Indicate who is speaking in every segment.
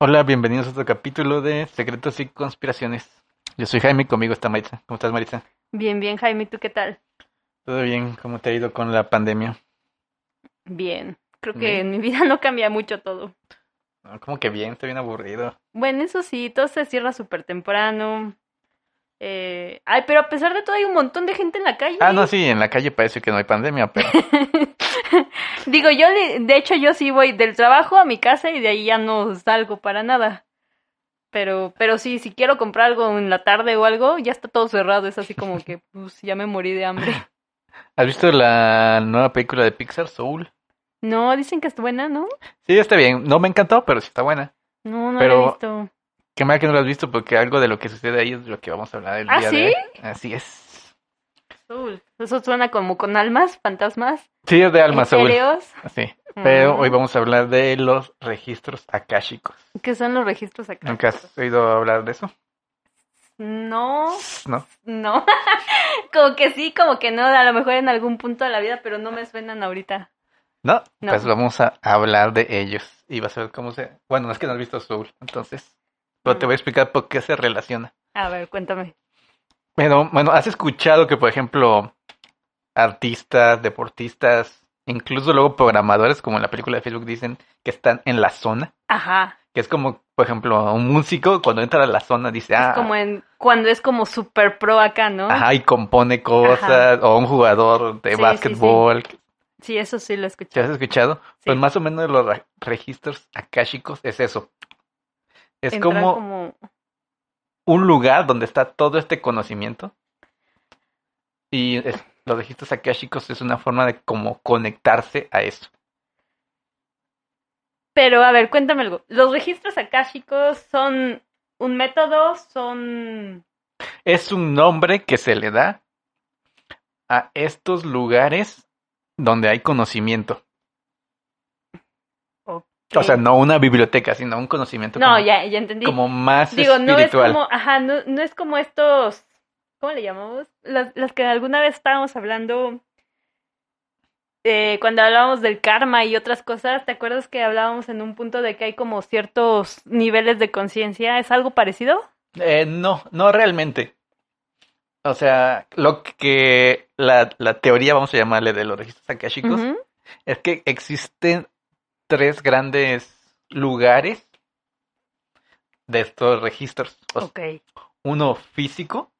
Speaker 1: Hola, bienvenidos a otro capítulo de Secretos y Conspiraciones. Yo soy Jaime, conmigo está Maritza. ¿Cómo estás, Maritza?
Speaker 2: Bien, bien, Jaime, ¿tú qué tal?
Speaker 1: ¿Todo bien? ¿Cómo te ha ido con la pandemia?
Speaker 2: Bien. Creo que
Speaker 1: Bien.
Speaker 2: en mi vida no cambia mucho todo.
Speaker 1: No, como que bien, estoy bien aburrido.
Speaker 2: Bueno, eso sí, todo se cierra súper temprano. Eh, ay, pero a pesar de todo hay un montón de gente en la calle.
Speaker 1: Ah, no, sí, en la calle parece que no hay pandemia, pero
Speaker 2: Digo, yo, le- de hecho, yo sí voy del trabajo a mi casa y de ahí ya no salgo para nada. Pero, pero sí, si quiero comprar algo en la tarde o algo, ya está todo cerrado. Es así como que, pues, ya me morí de hambre.
Speaker 1: ¿has visto la nueva película de Pixar, Soul?
Speaker 2: No, dicen que es buena, ¿no?
Speaker 1: Sí, está bien. No me encantó, pero sí está buena.
Speaker 2: No, no la
Speaker 1: Pero-
Speaker 2: he visto.
Speaker 1: Qué mal que no la has visto porque algo de lo que sucede ahí es de lo que vamos a hablar el
Speaker 2: ¿Ah,
Speaker 1: día de
Speaker 2: sí?
Speaker 1: hoy. Así es.
Speaker 2: Soul. Eso suena como con almas, fantasmas,
Speaker 1: Sí, es de Alma Soul.
Speaker 2: etéreos.
Speaker 1: Sí. Pero
Speaker 2: Mm.
Speaker 1: hoy vamos a hablar de los registros akáshicos.
Speaker 2: ¿Qué son los registros acá?
Speaker 1: ¿Nunca has oído hablar de eso?
Speaker 2: No,
Speaker 1: No.
Speaker 2: no. como que sí, como que no, a lo mejor en algún punto de la vida, pero no me suenan ahorita.
Speaker 1: No,
Speaker 2: No.
Speaker 1: pues vamos a hablar de ellos y vas a ver cómo se... Bueno, no es que no has visto Soul, entonces... Pero te
Speaker 2: Mm.
Speaker 1: voy a explicar por qué se relaciona.
Speaker 2: A ver, cuéntame.
Speaker 1: Bueno, bueno, has escuchado que, por ejemplo, artistas, deportistas, incluso luego programadores, como en la película de Facebook, dicen que están en la zona.
Speaker 2: Ajá,
Speaker 1: Que es como, por ejemplo, un músico cuando entra a la zona dice, ah,
Speaker 2: es como en cuando es como super pro acá, ¿no?
Speaker 1: ajá, y compone cosas. O un jugador de
Speaker 2: Sí, sí, sí.
Speaker 1: básquetbol.
Speaker 2: Sí, eso sí lo
Speaker 1: ¿Te
Speaker 2: escuché.
Speaker 1: has escuchado? Pues
Speaker 2: Sí.
Speaker 1: más o menos los ra- registros akáshicos es eso. Es
Speaker 2: Entran
Speaker 1: como,
Speaker 2: como
Speaker 1: un lugar donde está todo este conocimiento. Y es- los registros akáshicos es una forma de como conectarse a eso.
Speaker 2: Pero a ver, cuéntame algo. Los registros akáshicos son un método, son
Speaker 1: Es un nombre que se le da a estos lugares donde hay conocimiento. O sea,
Speaker 2: eh,
Speaker 1: no una biblioteca, sino un conocimiento
Speaker 2: No,
Speaker 1: como,
Speaker 2: ya ya entendí.
Speaker 1: como más
Speaker 2: Digo, no es
Speaker 1: espiritual.
Speaker 2: como, ajá, no, no es como estos, ¿cómo le llamamos? Las, las que alguna vez estábamos hablando, eh, cuando hablábamos del karma y otras cosas, ¿te acuerdas que hablábamos en un punto de que hay como ciertos niveles de conciencia? ¿Es algo parecido?
Speaker 1: Eh, no, no realmente. O sea, lo que la, la teoría, vamos a llamarle, de los registros akáshicos,
Speaker 2: Ujú.
Speaker 1: Es que existen tres grandes lugares de estos registros. O sea,
Speaker 2: Ok.
Speaker 1: uno físico,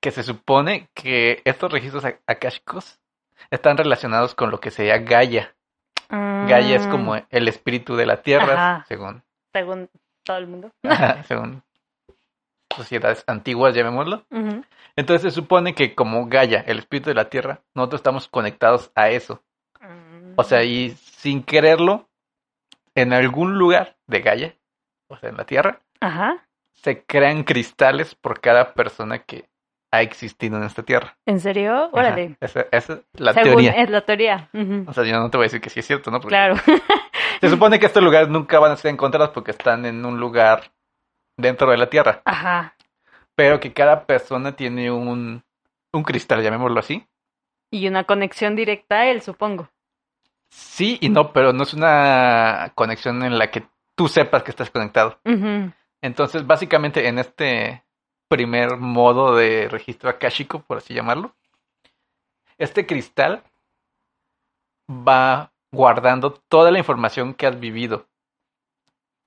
Speaker 1: que se supone que estos registros a- akáshicos están relacionados con lo que sería Gaia. Gaia es como
Speaker 2: Mm,
Speaker 1: el espíritu de la tierra,
Speaker 2: Ajá.
Speaker 1: según,
Speaker 2: Según todo el mundo.
Speaker 1: ajá, según sociedades antiguas, llamémoslo.
Speaker 2: Ujú.
Speaker 1: Entonces se supone que como Gaia, el espíritu de la tierra, nosotros estamos conectados a eso. O sea, y sin quererlo, en algún lugar de Gaia, o sea, en la Tierra,
Speaker 2: Ajá.
Speaker 1: se crean cristales por cada persona que ha existido en esta Tierra.
Speaker 2: ¿En serio?
Speaker 1: Ajá,
Speaker 2: Órale.
Speaker 1: Esa, esa es la
Speaker 2: Según
Speaker 1: teoría.
Speaker 2: es la teoría. Ujú.
Speaker 1: O sea, yo no te voy a decir que sí es cierto, ¿no? Porque
Speaker 2: Claro.
Speaker 1: se supone que estos lugares nunca van a ser encontrados porque están en un lugar dentro de la Tierra.
Speaker 2: Ajá.
Speaker 1: Pero que cada persona tiene un, un cristal, llamémoslo así.
Speaker 2: Y una conexión directa a él, supongo.
Speaker 1: Sí y no, pero no es una conexión en la que tú sepas que estás conectado.
Speaker 2: Ujú.
Speaker 1: Entonces, básicamente en este primer modo de registro akáshico, por así llamarlo, este cristal va guardando toda la información que has vivido,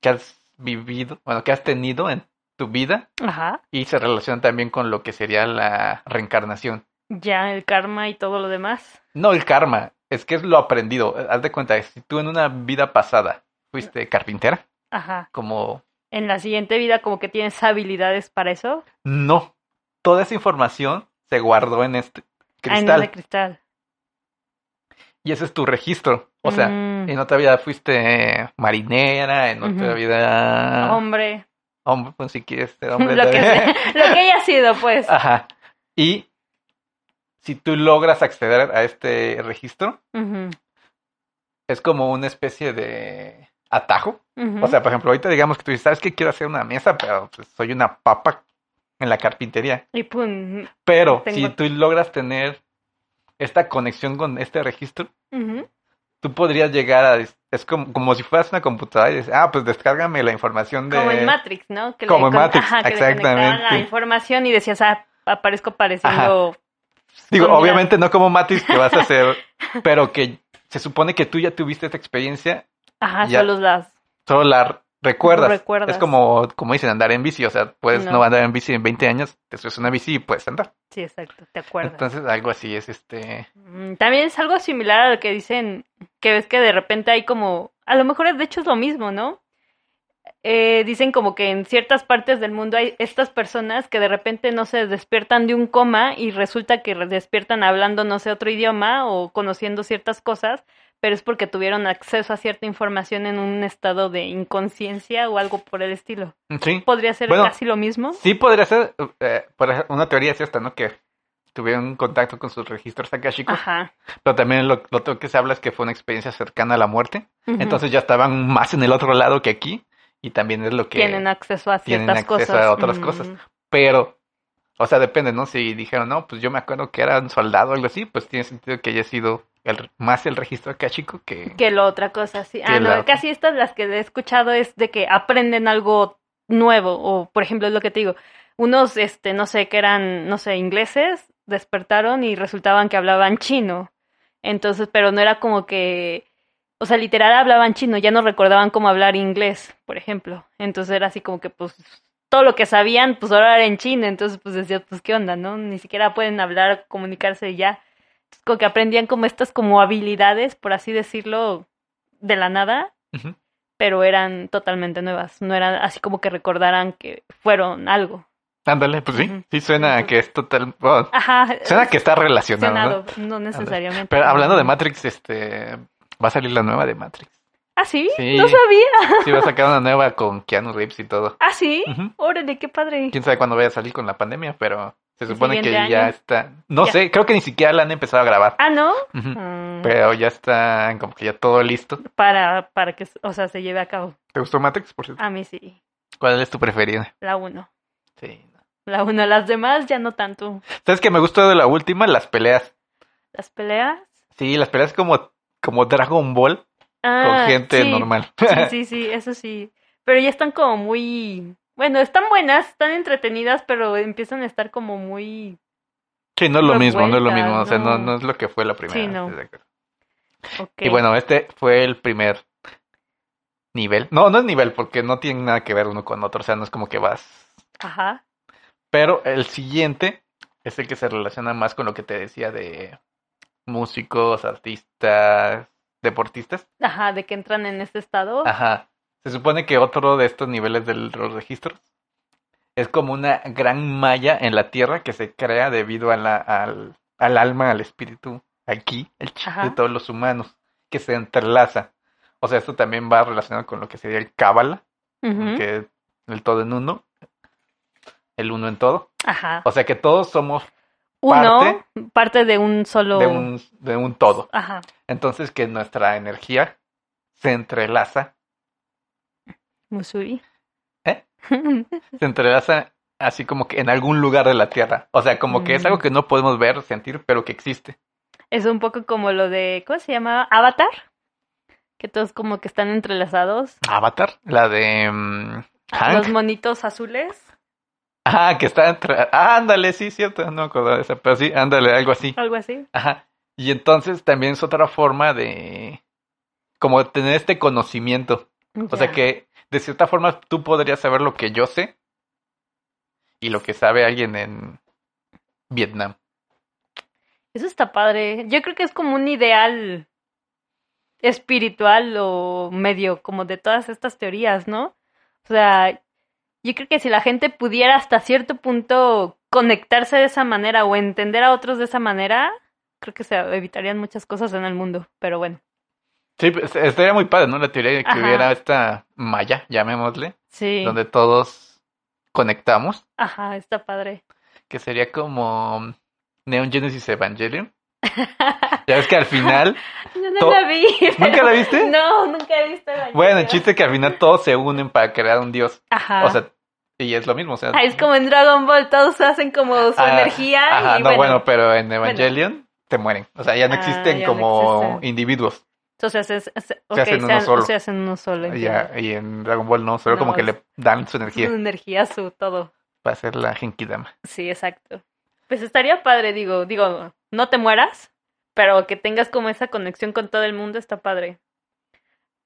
Speaker 1: que has vivido, bueno, que has tenido en tu vida
Speaker 2: Ajá.
Speaker 1: y se relaciona también con lo que sería la reencarnación.
Speaker 2: Ya, el karma y todo lo demás.
Speaker 1: No el karma, es que es lo aprendido. Haz de cuenta, si tú en una vida pasada fuiste carpintera,
Speaker 2: Ajá.
Speaker 1: como
Speaker 2: En la siguiente vida como que tienes habilidades para eso.
Speaker 1: No, toda esa información se guardó en este
Speaker 2: Ah, en
Speaker 1: cristal
Speaker 2: ese cristal.
Speaker 1: y ese es tu registro. O sea,
Speaker 2: Mm,
Speaker 1: en otra vida fuiste eh, marinera, en otra
Speaker 2: Ujú.
Speaker 1: vida
Speaker 2: hombre.
Speaker 1: hombre, pues si quieres ser hombre.
Speaker 2: lo, que
Speaker 1: también. Ah.
Speaker 2: sea- lo que haya sido, pues.
Speaker 1: Ajá. Y si tú logras acceder a este registro,
Speaker 2: Ujú,
Speaker 1: es como una especie de atajo.
Speaker 2: ujú.
Speaker 1: O sea, por ejemplo, ahorita digamos que tú dices, ¿sabes qué? Quiero hacer una mesa, pero pues, soy una papa en la carpintería.
Speaker 2: y pum.
Speaker 1: Pero si
Speaker 2: Tengo-
Speaker 1: tú logras tener esta conexión con este registro,
Speaker 2: ujú.
Speaker 1: tú podrías llegar a... des- Es como, como si fueras una computadora y dices, ah, pues descárgame la información de...
Speaker 2: Como en Matrix, ¿no? Que
Speaker 1: Como en
Speaker 2: con-
Speaker 1: Matrix,
Speaker 2: ajá, que le conectaban
Speaker 1: exactamente.
Speaker 2: la información y decías, ah, aparezco pareciendo...
Speaker 1: Digo,
Speaker 2: Con
Speaker 1: obviamente no como Matrix que vas a hacer, pero que se supone que tú ya tuviste esta experiencia,
Speaker 2: Ajá,
Speaker 1: Ya.
Speaker 2: solo las...
Speaker 1: solo la r- recuerdas.
Speaker 2: Recuerdas.
Speaker 1: Es como, como dicen, andar en bici, o sea, puedes no,
Speaker 2: No.
Speaker 1: andar en bici en 20 años, te subes a una bici y puedes andar.
Speaker 2: Sí, exacto, te acuerdas.
Speaker 1: Entonces, algo así es este...
Speaker 2: Mm, También es algo similar a lo que dicen, que ves que de repente hay como, a lo mejor de hecho es lo mismo, ¿no? Eh, dicen como que en ciertas partes del mundo hay estas personas que de repente no se despiertan de un coma y resulta que re- despiertan hablando no sé otro idioma o conociendo ciertas cosas, pero es porque tuvieron acceso a cierta información en un estado de inconsciencia o algo por el estilo.
Speaker 1: Sí,
Speaker 2: ¿Podría ser
Speaker 1: Bueno, pues,
Speaker 2: casi lo mismo?
Speaker 1: sí podría ser, eh, por ej- una teoría es esta, ¿no? Que tuvieron contacto con sus registros akashicos,
Speaker 2: Ajá.
Speaker 1: pero también lo, lo otro que se habla es que fue una experiencia cercana a la muerte,
Speaker 2: Ujú.
Speaker 1: entonces ya estaban más en el otro lado que aquí, y también es lo que...
Speaker 2: tienen acceso a
Speaker 1: tienen
Speaker 2: ciertas
Speaker 1: acceso a
Speaker 2: cosas.
Speaker 1: otras cosas.
Speaker 2: Mm.
Speaker 1: Pero, o sea, depende, ¿no? Si dijeron, no, pues yo me acuerdo que era un soldado o algo así, pues tiene sentido que haya sido el, más el registro akáshico que...
Speaker 2: Mm, que la otra cosa, sí. Ah,
Speaker 1: Que
Speaker 2: no,
Speaker 1: la-
Speaker 2: casi estas las que he escuchado es de que aprenden algo nuevo, o por ejemplo, es lo que te digo, unos, este, no sé, que eran, no sé, ingleses, despertaron y resultaban que hablaban chino. Entonces, pero no era como que, o sea, literal hablaban chino, ya no recordaban cómo hablar inglés, por ejemplo. Entonces era así como que, pues, todo lo que sabían, pues ahora era en chino, entonces pues decías, pues, ¿qué onda, no? Ni siquiera pueden hablar, comunicarse y ya. Entonces, como que aprendían como estas como habilidades, por así decirlo, de la nada,
Speaker 1: Ujú.
Speaker 2: pero eran totalmente nuevas. No eran así como que recordaran que fueron algo.
Speaker 1: Ándale, pues sí,
Speaker 2: Ujú.
Speaker 1: sí suena a que es total... bueno,
Speaker 2: Ajá.
Speaker 1: suena a que está relacionado, ¿no?
Speaker 2: relacionado, no necesariamente.
Speaker 1: Pero hablando de Matrix, este... Va a salir la nueva de Matrix.
Speaker 2: ¿Ah, sí?
Speaker 1: Sí.
Speaker 2: No sabía.
Speaker 1: Sí, va a sacar una nueva con Keanu Reeves y todo.
Speaker 2: ¿Ah, sí?
Speaker 1: Ujú.
Speaker 2: Órale, qué padre.
Speaker 1: Mm. Quién sabe cuándo vaya a salir con la pandemia, pero se
Speaker 2: El
Speaker 1: supone que
Speaker 2: siguiente
Speaker 1: ya
Speaker 2: año.
Speaker 1: está... No
Speaker 2: Ya.
Speaker 1: sé, creo que ni siquiera la han empezado a grabar.
Speaker 2: Ah, ¿no?
Speaker 1: Ujú.
Speaker 2: Mm,
Speaker 1: Pero ya está como que ya todo listo.
Speaker 2: para, para que, o sea, se lleve a cabo.
Speaker 1: ¿Te gustó Matrix, por cierto?
Speaker 2: A mí sí,
Speaker 1: Ah. ¿Cuál es tu preferida?
Speaker 2: la uno.
Speaker 1: Sí,
Speaker 2: La uno, las demás ya no tanto.
Speaker 1: ¿Sabes que me gustó de la última? Las peleas.
Speaker 2: Las peleas.
Speaker 1: Sí, las peleas como, como Dragon Ball con
Speaker 2: Ah,
Speaker 1: gente
Speaker 2: sí,
Speaker 1: normal.
Speaker 2: Sí, sí, sí, eso sí. Pero ya están como muy... Bueno, están buenas, están entretenidas, pero empiezan a estar como muy...
Speaker 1: Sí, no es lo
Speaker 2: Fue
Speaker 1: mismo, no es lo
Speaker 2: vuelta,
Speaker 1: mismo. O sea, no,
Speaker 2: no.
Speaker 1: no es lo que fue la primera.
Speaker 2: Sí, no.
Speaker 1: Exacto.
Speaker 2: ok.
Speaker 1: Y bueno, este fue el primer nivel. No, no es nivel porque no tienen nada que ver uno con otro. O sea, no es como que vas.
Speaker 2: Ajá.
Speaker 1: Pero el siguiente es el que se relaciona más con lo que te decía de músicos, artistas, deportistas.
Speaker 2: Ajá, de que entran en este estado.
Speaker 1: Ajá. Se supone que otro de estos niveles de los registros es como una gran malla en la tierra que se crea debido a la, al, al alma, al espíritu, aquí, el chi
Speaker 2: Ajá.
Speaker 1: de todos los humanos, que se entrelaza. O sea, esto también va relacionado con lo que sería el cábala,
Speaker 2: Ujú.
Speaker 1: que es el todo en uno, el uno en todo.
Speaker 2: Ajá.
Speaker 1: O sea que todos somos
Speaker 2: Uno, parte de un solo...
Speaker 1: de un, de un todo.
Speaker 2: Ajá.
Speaker 1: Entonces que nuestra energía se entrelaza
Speaker 2: Musui.
Speaker 1: ¿Eh? se entrelaza así como que en algún lugar de la Tierra. O sea, como que es
Speaker 2: Mm.
Speaker 1: algo que no podemos ver, sentir, pero que existe.
Speaker 2: es un poco como lo de... ¿Cómo se llama? Avatar. Que todos como que están entrelazados.
Speaker 1: Avatar, la de mm,
Speaker 2: Los
Speaker 1: Hank.
Speaker 2: monitos azules.
Speaker 1: Ah, que está entre... Ah, ándale, sí, cierto. No me acordaba de esa, pero sí, ándale, algo así.
Speaker 2: Algo así.
Speaker 1: Ajá. Y entonces también es otra forma de... Como tener este conocimiento. O sea
Speaker 2: Ya.
Speaker 1: que, de cierta forma, tú podrías saber lo que yo sé y lo que sabe alguien en Vietnam.
Speaker 2: Eso está padre. Yo creo que es como un ideal espiritual o medio, como de todas estas teorías, ¿no? O sea, yo creo que si la gente pudiera hasta cierto punto conectarse de esa manera o entender a otros de esa manera, creo que se evitarían muchas cosas en el mundo. Pero bueno,
Speaker 1: Sí, pues, estaría muy padre, ¿no? La teoría de que
Speaker 2: Ajá.
Speaker 1: hubiera esta malla, llamémosle,
Speaker 2: sí.
Speaker 1: donde todos conectamos,
Speaker 2: Ajá, está padre.
Speaker 1: que sería como Neon Genesis Evangelion. Ya ves que al final,
Speaker 2: Yo no
Speaker 1: To-
Speaker 2: la vi.
Speaker 1: ¿nunca la viste?
Speaker 2: No, nunca he visto la
Speaker 1: Bueno, el
Speaker 2: lluvia.
Speaker 1: chiste es que al final todos se unen para crear un dios.
Speaker 2: Ajá.
Speaker 1: O sea, y es lo mismo, o sea.
Speaker 2: Ah, es como en Dragon Ball, todos hacen como su
Speaker 1: Ah,
Speaker 2: energía.
Speaker 1: Ajá,
Speaker 2: y
Speaker 1: no,
Speaker 2: bueno,
Speaker 1: bueno, pero en Evangelion te mueren. O sea, ya no
Speaker 2: Ah,
Speaker 1: existen
Speaker 2: ya no
Speaker 1: como
Speaker 2: existen.
Speaker 1: individuos.
Speaker 2: O sea, se, se- ok,
Speaker 1: hacen
Speaker 2: se
Speaker 1: uno
Speaker 2: han-
Speaker 1: solo.
Speaker 2: se hacen uno solo.
Speaker 1: Y,
Speaker 2: entiendo.
Speaker 1: a- y en Dragon Ball no, solo
Speaker 2: No,
Speaker 1: como que
Speaker 2: es-
Speaker 1: le dan su energía
Speaker 2: Su energía, su todo.
Speaker 1: para hacer la Genkidama.
Speaker 2: Sí, exacto. Pues estaría padre, digo, digo, no te mueras, pero que tengas como esa conexión con todo el mundo está padre.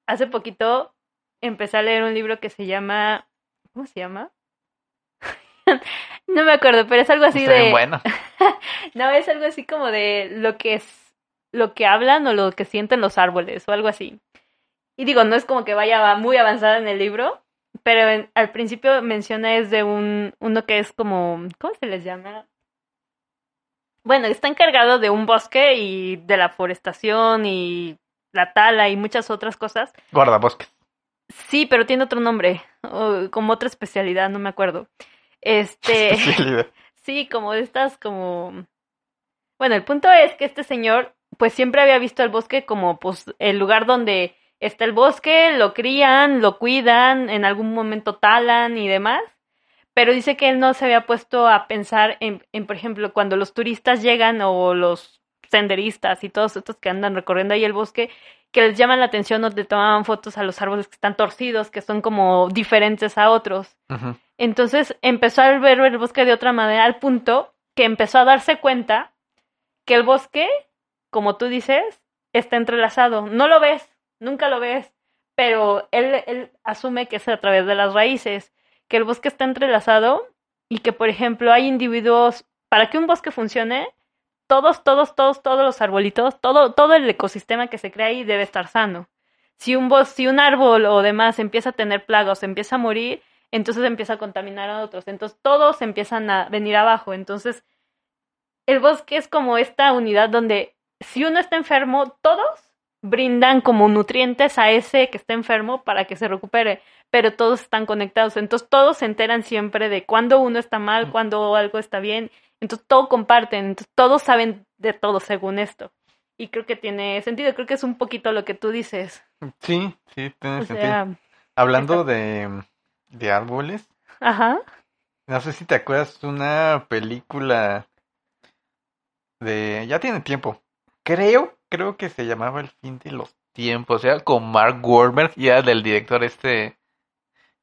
Speaker 2: Hace poquito empecé a leer un libro que se llama, ¿cómo se llama? no me acuerdo, pero es algo así
Speaker 1: Está
Speaker 2: de
Speaker 1: bien bueno.
Speaker 2: no, es algo así como de lo que es, lo que hablan o lo que sienten los árboles o algo así. Y digo, no es como que vaya muy avanzada en el libro, pero en- al principio menciona es de un, uno que es como, ¿cómo se les llama? Bueno, está encargado de un bosque y de la forestación y la tala y muchas otras cosas.
Speaker 1: Guardabosques.
Speaker 2: Sí, pero tiene otro nombre, o como otra especialidad, no me acuerdo. Este.
Speaker 1: Especialidad.
Speaker 2: Sí, como de estas, como... Bueno, el punto es que este señor, pues siempre había visto el bosque como, pues, el lugar donde está el bosque, lo crían, lo cuidan, en algún momento talan y demás. Pero dice que él no se había puesto a pensar en, en, por ejemplo, cuando los turistas llegan o los senderistas y todos estos que andan recorriendo ahí el bosque, que les llaman la atención o te tomaban fotos a los árboles que están torcidos, que son como diferentes a otros.
Speaker 1: Ujú.
Speaker 2: Entonces empezó a ver el bosque de otra manera al punto que empezó a darse cuenta que el bosque, como tú dices, está entrelazado. No lo ves, nunca lo ves, pero él, él asume que es a través de las raíces, que el bosque está entrelazado y que, por ejemplo, hay individuos, para que un bosque funcione, todos, todos, todos, todos los arbolitos, todo, todo el ecosistema que se crea ahí debe estar sano. Si un, bos- si un árbol o demás empieza a tener plagas, empieza a morir, entonces empieza a contaminar a otros, entonces todos empiezan a venir abajo, entonces el bosque es como esta unidad donde si uno está enfermo, todos brindan como nutrientes a ese que está enfermo para que se recupere, pero todos están conectados, entonces todos se enteran siempre de cuando uno está mal, cuando algo está bien, entonces todo comparten, entonces todos saben de todo según esto. Y creo que tiene sentido, creo que es un poquito lo que tú dices.
Speaker 1: Sí, sí, tiene
Speaker 2: O
Speaker 1: sentido.
Speaker 2: sea,
Speaker 1: Hablando de, de árboles,
Speaker 2: ajá.
Speaker 1: no sé si te acuerdas de una película de... Ya tiene tiempo. Creo, creo que se llamaba El fin de los tiempos. Era con Mark Wahlberg y era del director este...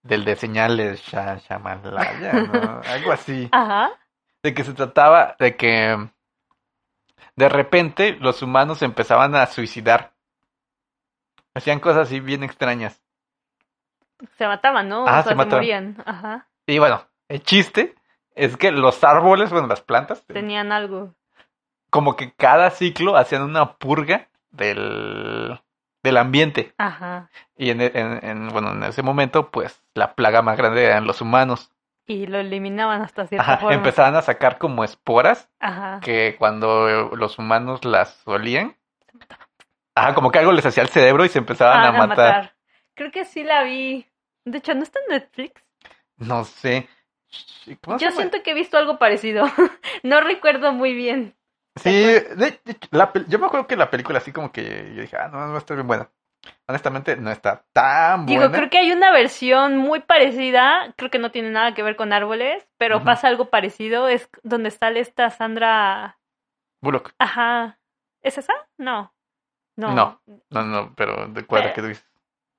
Speaker 1: Del de señales, Sha- Shyamalaya, ¿no? Algo así.
Speaker 2: Ajá.
Speaker 1: de que se trataba de que de repente los humanos se empezaban a suicidar. Hacían cosas así bien extrañas.
Speaker 2: Se mataban,
Speaker 1: Ah,
Speaker 2: ¿no? o sea,
Speaker 1: se
Speaker 2: se
Speaker 1: mataban.
Speaker 2: morían. Ajá.
Speaker 1: Y bueno, el chiste es que los árboles, bueno, las plantas,
Speaker 2: Tenían algo.
Speaker 1: como que cada ciclo hacían una purga del, del ambiente.
Speaker 2: Ajá.
Speaker 1: Y en, en- en- bueno, en ese momento, pues la plaga más grande eran los humanos.
Speaker 2: Y lo eliminaban hasta cierta
Speaker 1: Ajá,
Speaker 2: forma.
Speaker 1: empezaban a sacar como esporas
Speaker 2: Ajá.
Speaker 1: que cuando eh, los humanos las olían, ajá, como que algo les hacía al cerebro y se empezaban
Speaker 2: Ah,
Speaker 1: a, matar.
Speaker 2: Creo que sí la vi. De hecho, ¿no está en Netflix?
Speaker 1: No sé. Sh- ¿cómo se
Speaker 2: Yo
Speaker 1: llama?
Speaker 2: siento que he visto algo parecido. no recuerdo muy bien.
Speaker 1: Sí, de- de- la pel- yo me acuerdo que la película así como que yo dije, ah, no, no está bien buena. Honestamente, no está tan
Speaker 2: Digo,
Speaker 1: buena.
Speaker 2: creo que hay una versión muy parecida. Creo que no tiene nada que ver con árboles, pero
Speaker 1: Ujú.
Speaker 2: pasa algo parecido. Es donde sale esta Sandra.
Speaker 1: Bullock.
Speaker 2: Ajá. ¿Es esa? No. No.
Speaker 1: No. No, no, pero de cuál
Speaker 2: Pero-
Speaker 1: que tú dices.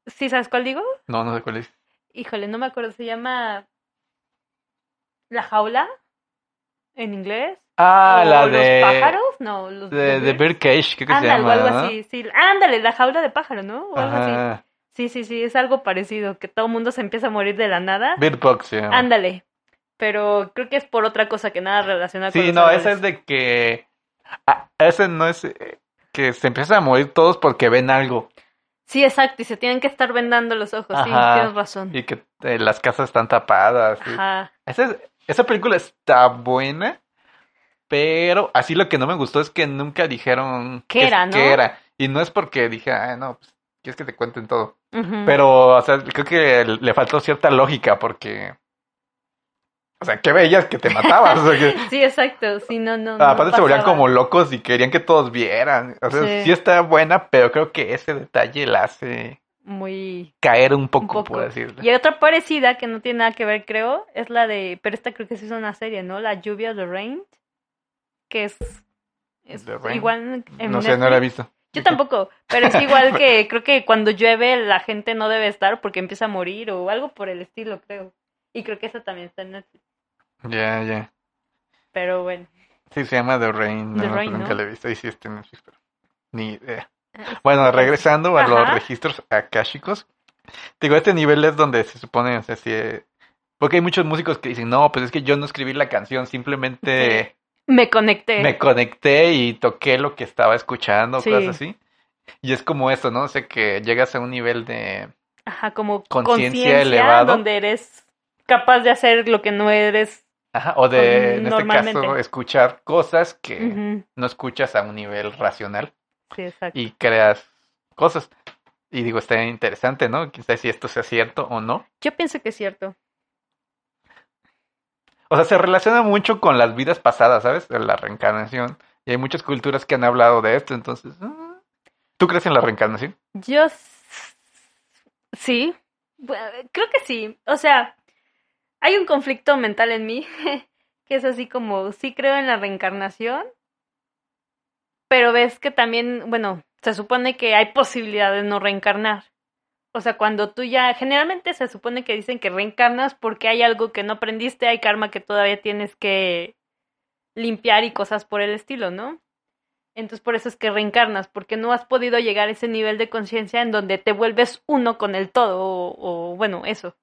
Speaker 2: ¿Sí sabes cuál digo?
Speaker 1: No, no sé cuál es.
Speaker 2: Híjole, no me acuerdo, se llama La jaula en inglés.
Speaker 1: Ah,
Speaker 2: o
Speaker 1: la
Speaker 2: los
Speaker 1: de
Speaker 2: pájaros, no, los
Speaker 1: de, de
Speaker 2: birds.
Speaker 1: Birdcage, creo que se
Speaker 2: Ándale, o
Speaker 1: llama.
Speaker 2: algo
Speaker 1: ¿no?
Speaker 2: así, sí. Ándale, la jaula de pájaro, ¿no? O algo así.
Speaker 1: Ajá.
Speaker 2: Sí, sí, sí, es algo parecido, que todo el mundo se empieza a morir de la nada.
Speaker 1: Bird Box se llama.
Speaker 2: Ándale. Pero creo que es por otra cosa que nada relacionada con
Speaker 1: Sí,
Speaker 2: los
Speaker 1: no, ese
Speaker 2: árboles.
Speaker 1: es de que. ah, ese no es. eh, Que se empiezan a morir todos porque ven algo.
Speaker 2: Sí, exacto, y se tienen que estar vendando los ojos, sí,
Speaker 1: Ajá.
Speaker 2: tienes razón.
Speaker 1: Y que eh, las casas están tapadas. sí.
Speaker 2: Ajá.
Speaker 1: Esa, es- esa película está buena. Pero así lo que no me gustó es que nunca dijeron.
Speaker 2: ¿Qué
Speaker 1: que-
Speaker 2: era, no?
Speaker 1: qué era. Y no es porque dije, ah, no, pues, quieres que te cuenten todo.
Speaker 2: Ujú.
Speaker 1: Pero, o sea, creo que le faltó cierta lógica porque. O sea, ¿qué veías que te matabas? O sea, que- Ah,
Speaker 2: Sí, exacto, sí, no, no. no
Speaker 1: Aparte se volvían
Speaker 2: pasaba.
Speaker 1: como locos y querían que todos vieran. O sea, sí.
Speaker 2: Sí.
Speaker 1: está buena, pero creo que ese detalle la hace
Speaker 2: Muy
Speaker 1: caer un poco,
Speaker 2: poco.
Speaker 1: por decirlo.
Speaker 2: Y hay otra parecida que no tiene nada que ver, creo, es la de, pero esta creo que sí es una serie, ¿no? La lluvia de Rain, que es, es
Speaker 1: The Rain.
Speaker 2: igual en
Speaker 1: No sé, no la he
Speaker 2: Netflix.
Speaker 1: visto.
Speaker 2: Yo tampoco, pero es igual que creo que cuando llueve la gente no debe estar porque empieza a morir o algo por el estilo, creo. Y creo que esa también está en Netflix.
Speaker 1: Ya, ya.
Speaker 2: Pero bueno.
Speaker 1: Sí, se llama The Rain. No,
Speaker 2: The
Speaker 1: me acuerdo,
Speaker 2: Rain,
Speaker 1: nunca
Speaker 2: ¿no?
Speaker 1: la he visto. Ahí sí está en Netflix, pero ni idea.
Speaker 2: Ah,
Speaker 1: Bueno, regresando a los
Speaker 2: Ajá.
Speaker 1: registros akáshicos. Digo, este nivel es donde se supone, o sea, si, eh, porque hay muchos músicos que dicen, no, pues es que yo no escribí la canción, simplemente
Speaker 2: Me conecté.
Speaker 1: me conecté y toqué lo que estaba escuchando,
Speaker 2: Sí.
Speaker 1: cosas así. Y es como eso, ¿no? O sea, que llegas a un nivel de...
Speaker 2: Ajá, como
Speaker 1: Conciencia
Speaker 2: conciencia
Speaker 1: elevado.
Speaker 2: donde eres capaz de hacer lo que no eres.
Speaker 1: Ajá, o de, en este caso,
Speaker 2: Normalmente.
Speaker 1: escuchar cosas que
Speaker 2: Ujú,
Speaker 1: no escuchas a un nivel racional.
Speaker 2: Sí, exacto.
Speaker 1: y creas cosas. Y digo, está interesante, ¿no? Quién sabe si esto sea cierto o no.
Speaker 2: Yo pienso que es cierto.
Speaker 1: O sea, se relaciona mucho con las vidas pasadas, ¿sabes? De La reencarnación. Y hay muchas culturas que han hablado de esto, entonces... mm. ¿Tú crees en la reencarnación?
Speaker 2: Yo s- sí, Bu- creo que sí. O sea, hay un conflicto mental en mí que es así como, sí creo en la reencarnación, pero ves que también, bueno, se supone que hay posibilidad de no reencarnar. O sea, cuando tú ya, generalmente se supone que dicen que reencarnas porque hay algo que no aprendiste, hay karma que todavía tienes que limpiar y cosas por el estilo, ¿no? Entonces por eso es que reencarnas, porque no has podido llegar a ese nivel de conciencia en donde te vuelves uno con el todo, o, o, bueno, eso.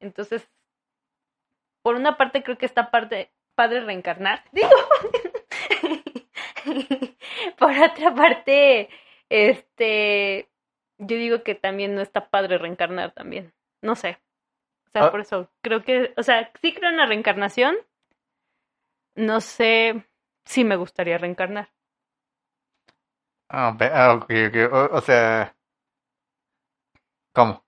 Speaker 2: Entonces, por una parte creo que está parte, padre reencarnar, digo. por otra parte, este, yo digo que también no está padre reencarnar también, no sé. O sea,
Speaker 1: Ah.
Speaker 2: por eso creo que, o sea, sí creo en la reencarnación, no sé si me gustaría reencarnar.
Speaker 1: Ah, ve- ah, ok, ok. O, o sea... ¿Cómo?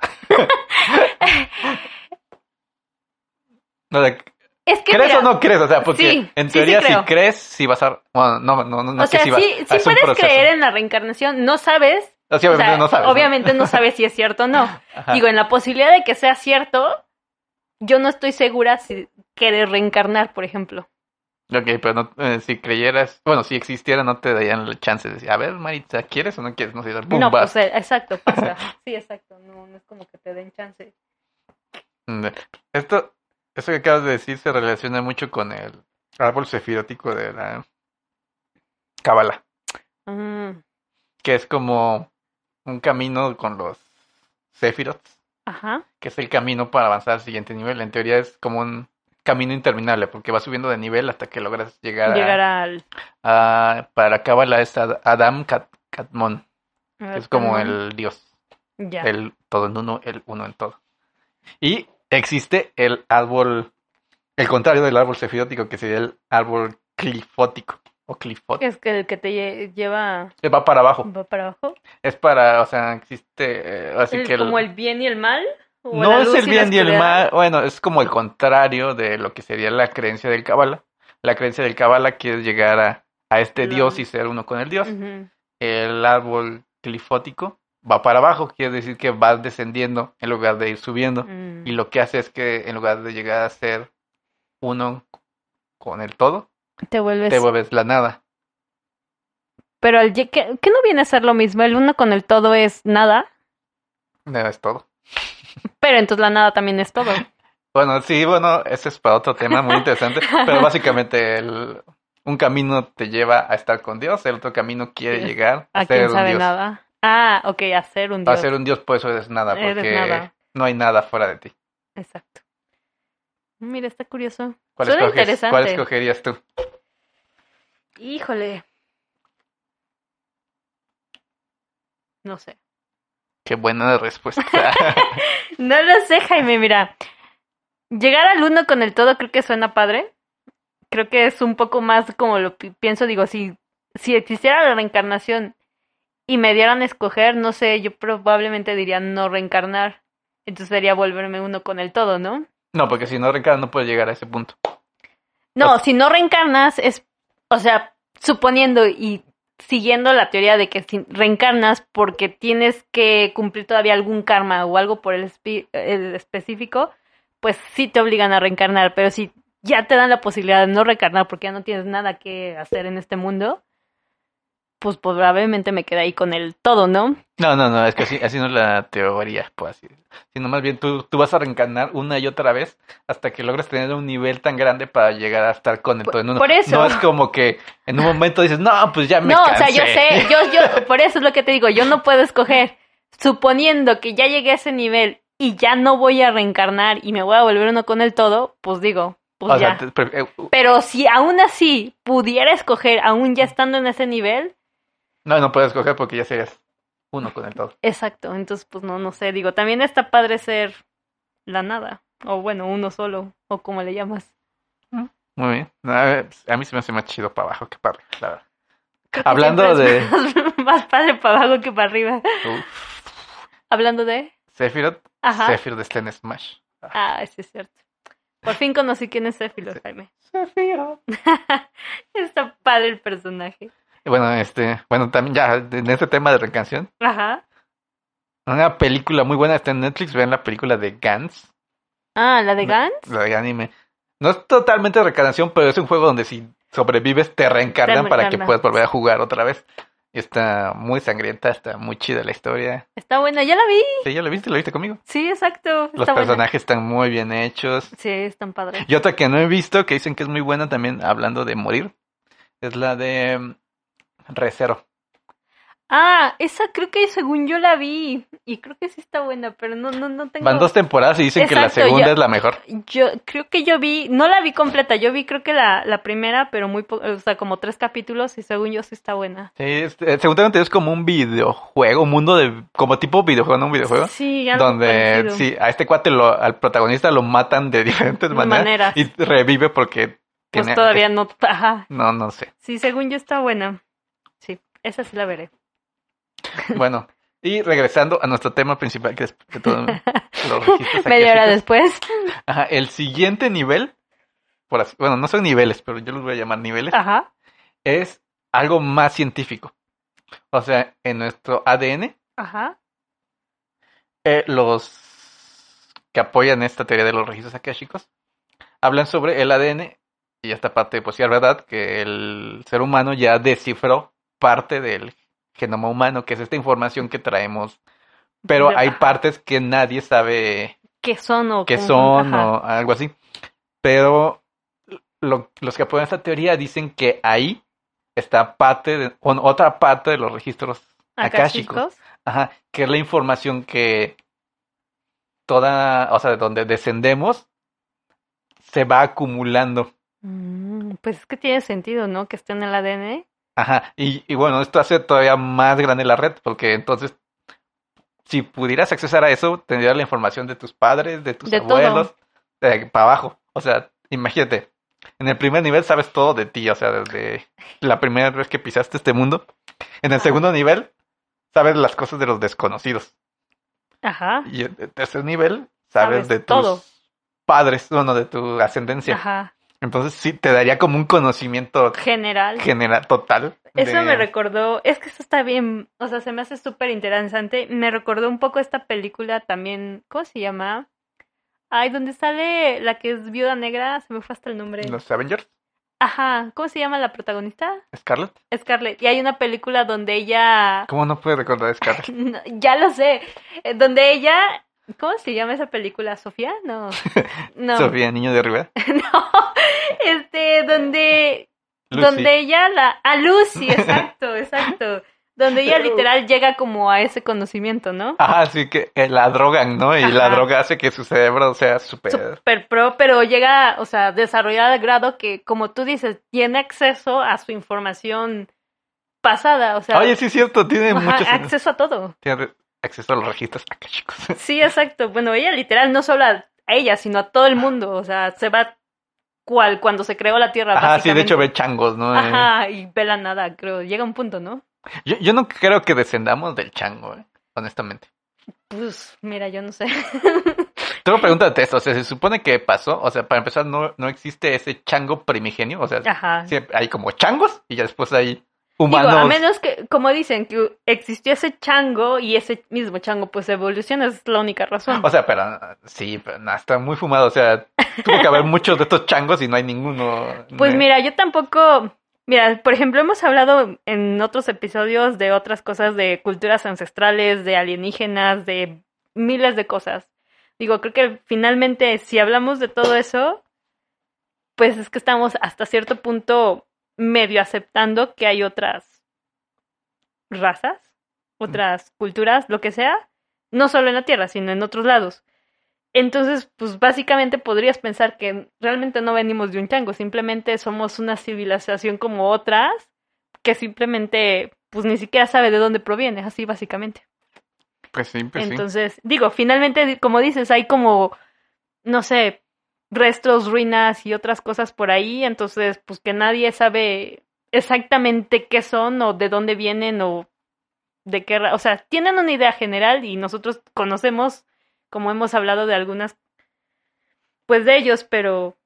Speaker 1: O sea,
Speaker 2: Es que
Speaker 1: ¿Crees
Speaker 2: mira,
Speaker 1: o no crees? O sea, porque
Speaker 2: Sí,
Speaker 1: en
Speaker 2: sí, sí
Speaker 1: teoría si
Speaker 2: creo.
Speaker 1: crees, si vas a... Bueno, no, no, no, no
Speaker 2: o
Speaker 1: es que
Speaker 2: sea,
Speaker 1: si
Speaker 2: sí,
Speaker 1: vas-
Speaker 2: sí
Speaker 1: es un
Speaker 2: puedes
Speaker 1: proceso.
Speaker 2: creer en la reencarnación, no sabes,
Speaker 1: O sea,
Speaker 2: o
Speaker 1: obviamente
Speaker 2: sea,
Speaker 1: no sabes. ¿no?
Speaker 2: obviamente no sabes si es cierto o no.
Speaker 1: Ajá.
Speaker 2: Digo, en la posibilidad de que sea cierto, yo no estoy segura si querer reencarnar, por ejemplo.
Speaker 1: Ok, pero no, eh, si creyeras, bueno, si existiera, no te darían la chance de decir, a ver, Maritza, ¿quieres o no quieres? No sé, ¡pum!
Speaker 2: no,
Speaker 1: vas.
Speaker 2: pues eh, exacto, pasa. Sí, exacto, no, no es como que te den chance.
Speaker 1: Mm, Esto, eso que acabas de decir se relaciona mucho con el árbol sefirótico de la Cábala,
Speaker 2: Ah,
Speaker 1: que es como un camino con los sefirots,
Speaker 2: ajá,
Speaker 1: que es el camino para avanzar al siguiente nivel. En teoría es como un camino interminable, porque vas subiendo de nivel hasta que logras llegar, a-
Speaker 2: llegar al...
Speaker 1: a, para Cábala es Ad- Adam Kat- Katmon, que es como el dios.
Speaker 2: Ya.
Speaker 1: el todo en uno, el uno en todo. Y existe el árbol, el contrario del árbol cefiótico, que sería el árbol clifótico o clifótico. Eh,
Speaker 2: Es que el que te lle- lleva
Speaker 1: Va para abajo.
Speaker 2: va para abajo.
Speaker 1: Es para, o sea, existe, eh, así
Speaker 2: El-
Speaker 1: que el-
Speaker 2: Como el bien y el mal. o
Speaker 1: no
Speaker 2: la
Speaker 1: es
Speaker 2: luz
Speaker 1: el
Speaker 2: la
Speaker 1: bien y el
Speaker 2: oscuridad.
Speaker 1: mal. Bueno, es como el contrario de lo que sería la creencia del Kabbalah. La creencia del Kabbalah quiere llegar a, a este
Speaker 2: Lo-
Speaker 1: dios y ser uno con el dios.
Speaker 2: Ujú.
Speaker 1: el árbol clifótico va para abajo, quiere decir que vas descendiendo en lugar de ir subiendo.
Speaker 2: Mm.
Speaker 1: Y lo que hace es que en lugar de llegar a ser uno con el todo,
Speaker 2: mm. Te vuelves.
Speaker 1: te vuelves la nada.
Speaker 2: Pero el ye- ¿qué, qué no viene a ser lo mismo? El uno con el todo es nada,
Speaker 1: Nada es todo.
Speaker 2: pero entonces la nada también es todo.
Speaker 1: Bueno, sí, bueno, ese es para otro tema muy interesante, pero básicamente el- un camino te lleva a estar con Dios, el otro camino quiere
Speaker 2: Sí.
Speaker 1: llegar a,
Speaker 2: A
Speaker 1: ser
Speaker 2: quien
Speaker 1: un
Speaker 2: sabe
Speaker 1: Dios.
Speaker 2: nada. Ah, ok, hacer un
Speaker 1: A
Speaker 2: dios.
Speaker 1: ser un Dios, por eso eres nada,
Speaker 2: Eres
Speaker 1: porque
Speaker 2: nada.
Speaker 1: no hay nada fuera de ti.
Speaker 2: Exacto. Mira, está curioso.
Speaker 1: ¿Cuál,
Speaker 2: Suena
Speaker 1: escoges- ¿Cuál
Speaker 2: interesante.
Speaker 1: escogerías tú?
Speaker 2: Híjole. No sé.
Speaker 1: Qué buena respuesta.
Speaker 2: No lo sé, Jaime, mira. Llegar al uno con el todo creo que suena padre. Creo que es un poco más como lo pi- pienso, digo, si, si existiera la reencarnación y me dieran a escoger, no sé, yo probablemente diría no reencarnar. Entonces sería volverme uno con el todo, ¿no?
Speaker 1: No, porque si no reencarna no puede llegar a ese punto.
Speaker 2: No,
Speaker 1: O-
Speaker 2: si no reencarnas es, o sea, suponiendo y siguiendo la teoría de que si reencarnas porque tienes que cumplir todavía algún karma o algo por el, espi- el específico, pues sí te obligan a reencarnar, pero si ya te dan la posibilidad de no reencarnar porque ya no tienes nada que hacer en este mundo, pues probablemente me quedé ahí con el todo, ¿no?
Speaker 1: No, no, no, es que así, así no es la teoría, pues así. Sino más bien tú, tú vas a reencarnar una y otra vez hasta que logres tener un nivel tan grande para llegar a estar con el todo en uno.
Speaker 2: por eso.
Speaker 1: No es como que en un momento dices, no, pues ya me
Speaker 2: no,
Speaker 1: cansé.
Speaker 2: o sea, yo sé, yo, yo, por eso es lo que te digo, yo no puedo escoger. Suponiendo que ya llegué a ese nivel y ya no voy a reencarnar y me voy a volver uno con el todo, pues digo, pues
Speaker 1: O
Speaker 2: ya.
Speaker 1: sea, te- pre- eh,
Speaker 2: Pero si aún así pudiera escoger, aún ya estando en ese nivel,
Speaker 1: no, no puedes coger porque ya serías uno con el todo.
Speaker 2: exacto, entonces pues no, no sé, digo, también está padre ser la nada, o bueno, uno solo, o como le llamas.
Speaker 1: Muy bien. A, ver, pues, a mí se me hace más chido para abajo que para arriba, la verdad.
Speaker 2: Creo que
Speaker 1: Hablando
Speaker 2: siempre es Más padre para abajo que para arriba.
Speaker 1: Uf.
Speaker 2: Hablando de...
Speaker 1: Sephiroth,
Speaker 2: Ajá.
Speaker 1: Sephiroth está en Smash.
Speaker 2: Ah, sí es cierto. Por fin conocí quién es Céfilo, Jaime.
Speaker 1: Sephiroth.
Speaker 2: Está padre el personaje.
Speaker 1: Bueno, este, bueno, también ya en este tema de reencarnación,
Speaker 2: Ajá.
Speaker 1: Una película muy buena está en Netflix. Vean la película de Gans,
Speaker 2: Ah, ¿la de
Speaker 1: No.
Speaker 2: Gans?
Speaker 1: la de anime. No es totalmente reencarnación, pero es un juego donde si sobrevives te reencarnan
Speaker 2: Te
Speaker 1: para que
Speaker 2: reencarnan.
Speaker 1: puedas volver a jugar otra vez. Y Está muy sangrienta, está muy chida la historia.
Speaker 2: Está buena, ya la vi.
Speaker 1: Sí, ya lo viste, lo viste conmigo.
Speaker 2: Sí, exacto.
Speaker 1: Los
Speaker 2: Está buena.
Speaker 1: personajes están muy bien hechos.
Speaker 2: Sí, están padres.
Speaker 1: Y otra que no he visto, que dicen que es muy buena también, hablando de morir, es la de mm, Recero.
Speaker 2: Ah, esa creo que según yo la vi. Y creo que sí está buena, pero no, no, no tengo.
Speaker 1: Van dos temporadas y dicen que la
Speaker 2: Exacto,
Speaker 1: segunda
Speaker 2: yo-
Speaker 1: es la mejor.
Speaker 2: Yo creo que yo vi, no la vi completa, yo vi creo que la, la primera, pero muy po- o sea, como tres capítulos y según yo sí está buena.
Speaker 1: Sí, es- eh, según tengo entendido, es como un videojuego, un mundo de, como tipo videojuego, ¿no? Un videojuego.
Speaker 2: Sí, algo
Speaker 1: donde
Speaker 2: parecido.
Speaker 1: sí, a este cuate lo, al protagonista lo matan de diferentes
Speaker 2: De
Speaker 1: maneras,
Speaker 2: maneras.
Speaker 1: y revive porque
Speaker 2: Pues
Speaker 1: tiene
Speaker 2: todavía no, ajá.
Speaker 1: no no sé.
Speaker 2: Sí, según yo está buena. Sí, esa sí la veré.
Speaker 1: Bueno, y regresando a nuestro tema principal que es que todo los registros
Speaker 2: Media hora
Speaker 1: acásicos.
Speaker 2: después.
Speaker 1: Ajá, el siguiente nivel por así, bueno, no son niveles, pero yo los voy a llamar niveles,
Speaker 2: Ajá.
Speaker 1: es algo más científico. O sea, en nuestro ADN
Speaker 2: Ajá.
Speaker 1: eh, los que apoyan esta teoría de los registros akáshicos hablan sobre el ADN y esta parte, pues sí es verdad que el ser humano ya descifró parte del genoma humano, que es esta información que traemos, pero hay
Speaker 2: Ajá.
Speaker 1: partes que nadie sabe
Speaker 2: ¿Qué son o
Speaker 1: qué
Speaker 2: cómo-
Speaker 1: son
Speaker 2: ajá.
Speaker 1: o algo así. Pero lo- los que apoyan esta teoría dicen que ahí está parte, de, o otra parte de los registros akáshicos.
Speaker 2: Akáshicos.
Speaker 1: Ajá, que es la información que toda, o sea, de donde descendemos, se va acumulando.
Speaker 2: Mm, pues es que tiene sentido, ¿no? Que esté en el ADN.
Speaker 1: Ajá, y, y bueno, esto hace todavía más grande la red, porque entonces, si pudieras accesar a eso, tendrías la información de tus padres, de tus
Speaker 2: De todo.
Speaker 1: abuelos, para abajo. O sea, imagínate, en el primer nivel sabes todo de ti, o sea, desde la primera vez que pisaste este mundo. En el
Speaker 2: Ajá.
Speaker 1: segundo nivel, sabes las cosas de los desconocidos.
Speaker 2: Ajá.
Speaker 1: Y en el tercer nivel, sabes,
Speaker 2: Sabes
Speaker 1: de tus
Speaker 2: todo.
Speaker 1: padres, bueno, de tu ascendencia.
Speaker 2: Ajá.
Speaker 1: Entonces sí, te daría como un conocimiento
Speaker 2: General.
Speaker 1: general total.
Speaker 2: Eso
Speaker 1: de-
Speaker 2: me recordó, es que eso está bien, o sea, se me hace súper interesante. Me recordó un poco esta película también, ¿cómo se llama? Ay, donde sale la que es viuda negra, se me fue hasta el nombre.
Speaker 1: Los Avengers,
Speaker 2: Ajá, ¿cómo se llama la protagonista?
Speaker 1: Scarlett.
Speaker 2: Scarlett. Y hay una película donde ella.
Speaker 1: ¿Cómo no puedes recordar a Scarlett?
Speaker 2: No, ya lo sé. eh, Donde ella. ¿Cómo se llama esa película? ¿Sofía? No. No.
Speaker 1: Sofía, niño de Rivera.
Speaker 2: No. Este, donde.
Speaker 1: Lucy.
Speaker 2: Donde ella la. A Lucy, exacto, exacto. Donde ella literal llega como a ese conocimiento, ¿no?
Speaker 1: Ajá, sí que eh, la drogan, ¿no? Y la
Speaker 2: Ajá.
Speaker 1: droga hace que su cerebro sea súper...
Speaker 2: Super pro, pero llega, o sea, desarrollada al grado que, como tú dices, tiene acceso a su información pasada, o sea,
Speaker 1: Oye, sí es cierto, tiene
Speaker 2: ajá, ah,
Speaker 1: muchos...
Speaker 2: acceso a todo.
Speaker 1: Tiene acceso a los registros acá, chicos.
Speaker 2: Sí, exacto. Bueno, ella literal no solo a a ella, sino a todo el mundo. O sea, se va cual cuando se creó la Tierra.
Speaker 1: Ajá, sí, de hecho
Speaker 2: Ah, básicamente.
Speaker 1: ve changos, ¿no? Eh,
Speaker 2: Ajá, y ve la nada, creo. Llega un punto, ¿no?
Speaker 1: Yo, yo no creo que descendamos del chango, eh, honestamente.
Speaker 2: Pues, mira, yo no sé.
Speaker 1: Tengo pregunta de esto, o sea, se supone que pasó, o sea, para empezar, no, no existe ese chango primigenio, o sea,
Speaker 2: Ajá.
Speaker 1: siempre hay como changos y ya después hay
Speaker 2: Ah. Digo,
Speaker 1: humanos.
Speaker 2: a menos que, como dicen, que existió ese chango y ese mismo chango pues evoluciona, es la única razón.
Speaker 1: O sea, pero ah, sí, pero no, está muy fumado, o sea, tuvo que haber muchos de estos changos y no hay ninguno.
Speaker 2: Pues
Speaker 1: Ne-
Speaker 2: mira, yo tampoco, Mira, por ejemplo, hemos hablado en otros episodios de otras cosas, de culturas ancestrales, de alienígenas, de miles de cosas. Digo, creo que finalmente si hablamos de todo eso, pues es que estamos hasta cierto punto medio aceptando que hay otras razas, otras culturas, lo que sea, no solo en la Tierra, sino en otros lados. Entonces, pues básicamente podrías pensar que realmente no venimos de un chango, simplemente somos una civilización como otras que simplemente, pues ni siquiera sabe de dónde proviene, así básicamente.
Speaker 1: Pues sí, pues sí.
Speaker 2: Entonces, digo, finalmente, como dices, hay como, no sé, restos, ruinas y otras cosas por ahí, entonces, pues que nadie sabe exactamente qué son o de dónde vienen o de qué, ra- o sea, tienen una idea general y nosotros conocemos, como hemos hablado de algunas, pues de ellos, pero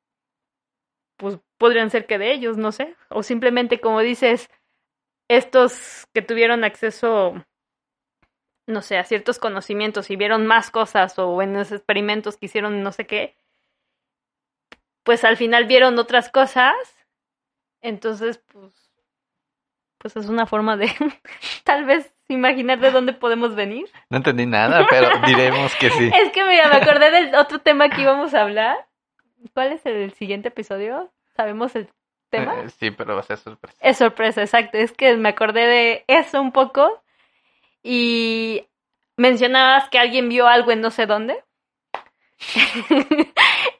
Speaker 2: pues podrían ser que de ellos, no sé, o simplemente como dices, estos que tuvieron acceso no sé, a ciertos conocimientos y vieron más cosas o en los experimentos que hicieron no sé qué, pues al final vieron otras cosas, entonces pues, pues es una forma de tal vez imaginar de dónde podemos venir.
Speaker 1: No entendí nada, pero diremos que sí.
Speaker 2: Es que mira, me acordé del otro tema que íbamos a hablar. ¿Cuál es el siguiente episodio? ¿Sabemos el tema?
Speaker 1: Eh, sí, pero va a ser sorpresa.
Speaker 2: Es sorpresa, exacto. Es que me acordé de eso un poco. Y mencionabas que alguien vio algo en no sé dónde.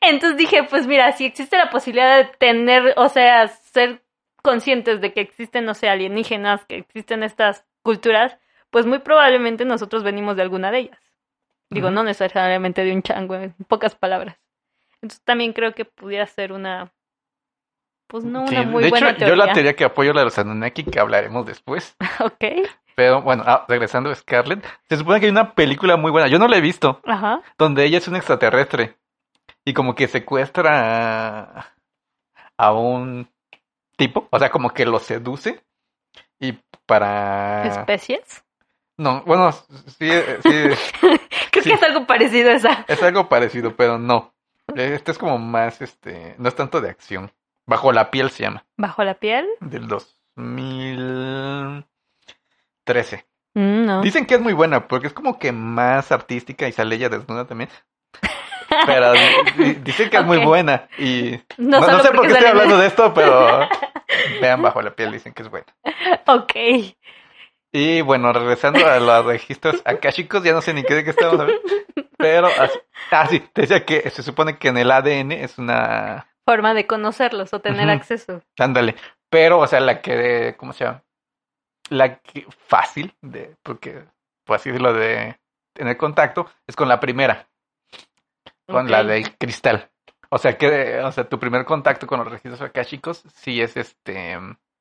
Speaker 2: Entonces dije, pues mira, si existe la posibilidad de tener, o sea, ser conscientes de que existen, no sé, alienígenas, que existen estas culturas, pues muy probablemente nosotros venimos de alguna de ellas. Digo,
Speaker 1: Ujú.
Speaker 2: no necesariamente de un chango, en pocas palabras. Entonces también creo que pudiera ser una, pues no
Speaker 1: Sí,
Speaker 2: una muy
Speaker 1: de hecho,
Speaker 2: buena
Speaker 1: yo la
Speaker 2: teoría.
Speaker 1: teoría que apoyo la de los Anunnaki, que hablaremos después.
Speaker 2: Ok,
Speaker 1: Pero bueno, ah, regresando a Scarlett, se supone que hay una película muy buena, yo no la he visto,
Speaker 2: ajá.
Speaker 1: donde ella es un extraterrestre y como que secuestra a, a un tipo, o sea, como que lo seduce y
Speaker 2: Ah.
Speaker 1: para...
Speaker 2: ¿Especies?
Speaker 1: No, bueno, sí, eh, sí,
Speaker 2: Creo
Speaker 1: Sí.
Speaker 2: que es algo parecido a esa.
Speaker 1: es algo parecido, pero no. Este es como más, este, no es tanto de acción. Bajo la piel se llama,
Speaker 2: ¿Bajo la piel?
Speaker 1: del 2013.
Speaker 2: Mm, no.
Speaker 1: Dicen que es muy buena porque es como que más artística y sale ella desnuda también. Pero di- di- dicen que es muy
Speaker 2: Ok.
Speaker 1: buena y
Speaker 2: No,
Speaker 1: no, no
Speaker 2: solo
Speaker 1: sé por
Speaker 2: porque
Speaker 1: qué estoy
Speaker 2: sale-
Speaker 1: hablando de esto, pero vean bajo la piel, dicen que es buena.
Speaker 2: Ok.
Speaker 1: Y bueno, regresando a los registros akashicos, ya no sé ni qué de qué estamos hablando. Pero, as- ah, sí, te decía que se supone que en el ADN es una.
Speaker 2: Forma de conocerlos o tener
Speaker 1: Ujú.
Speaker 2: acceso.
Speaker 1: Ándale. Pero, o sea, la que. ¿Cómo se llama? La que fácil, de, porque, por así decirlo, de tener contacto, es con la primera, con la
Speaker 2: Ok.
Speaker 1: del cristal. O sea, que, o sea, tu primer contacto con los registros akashicos sí es este.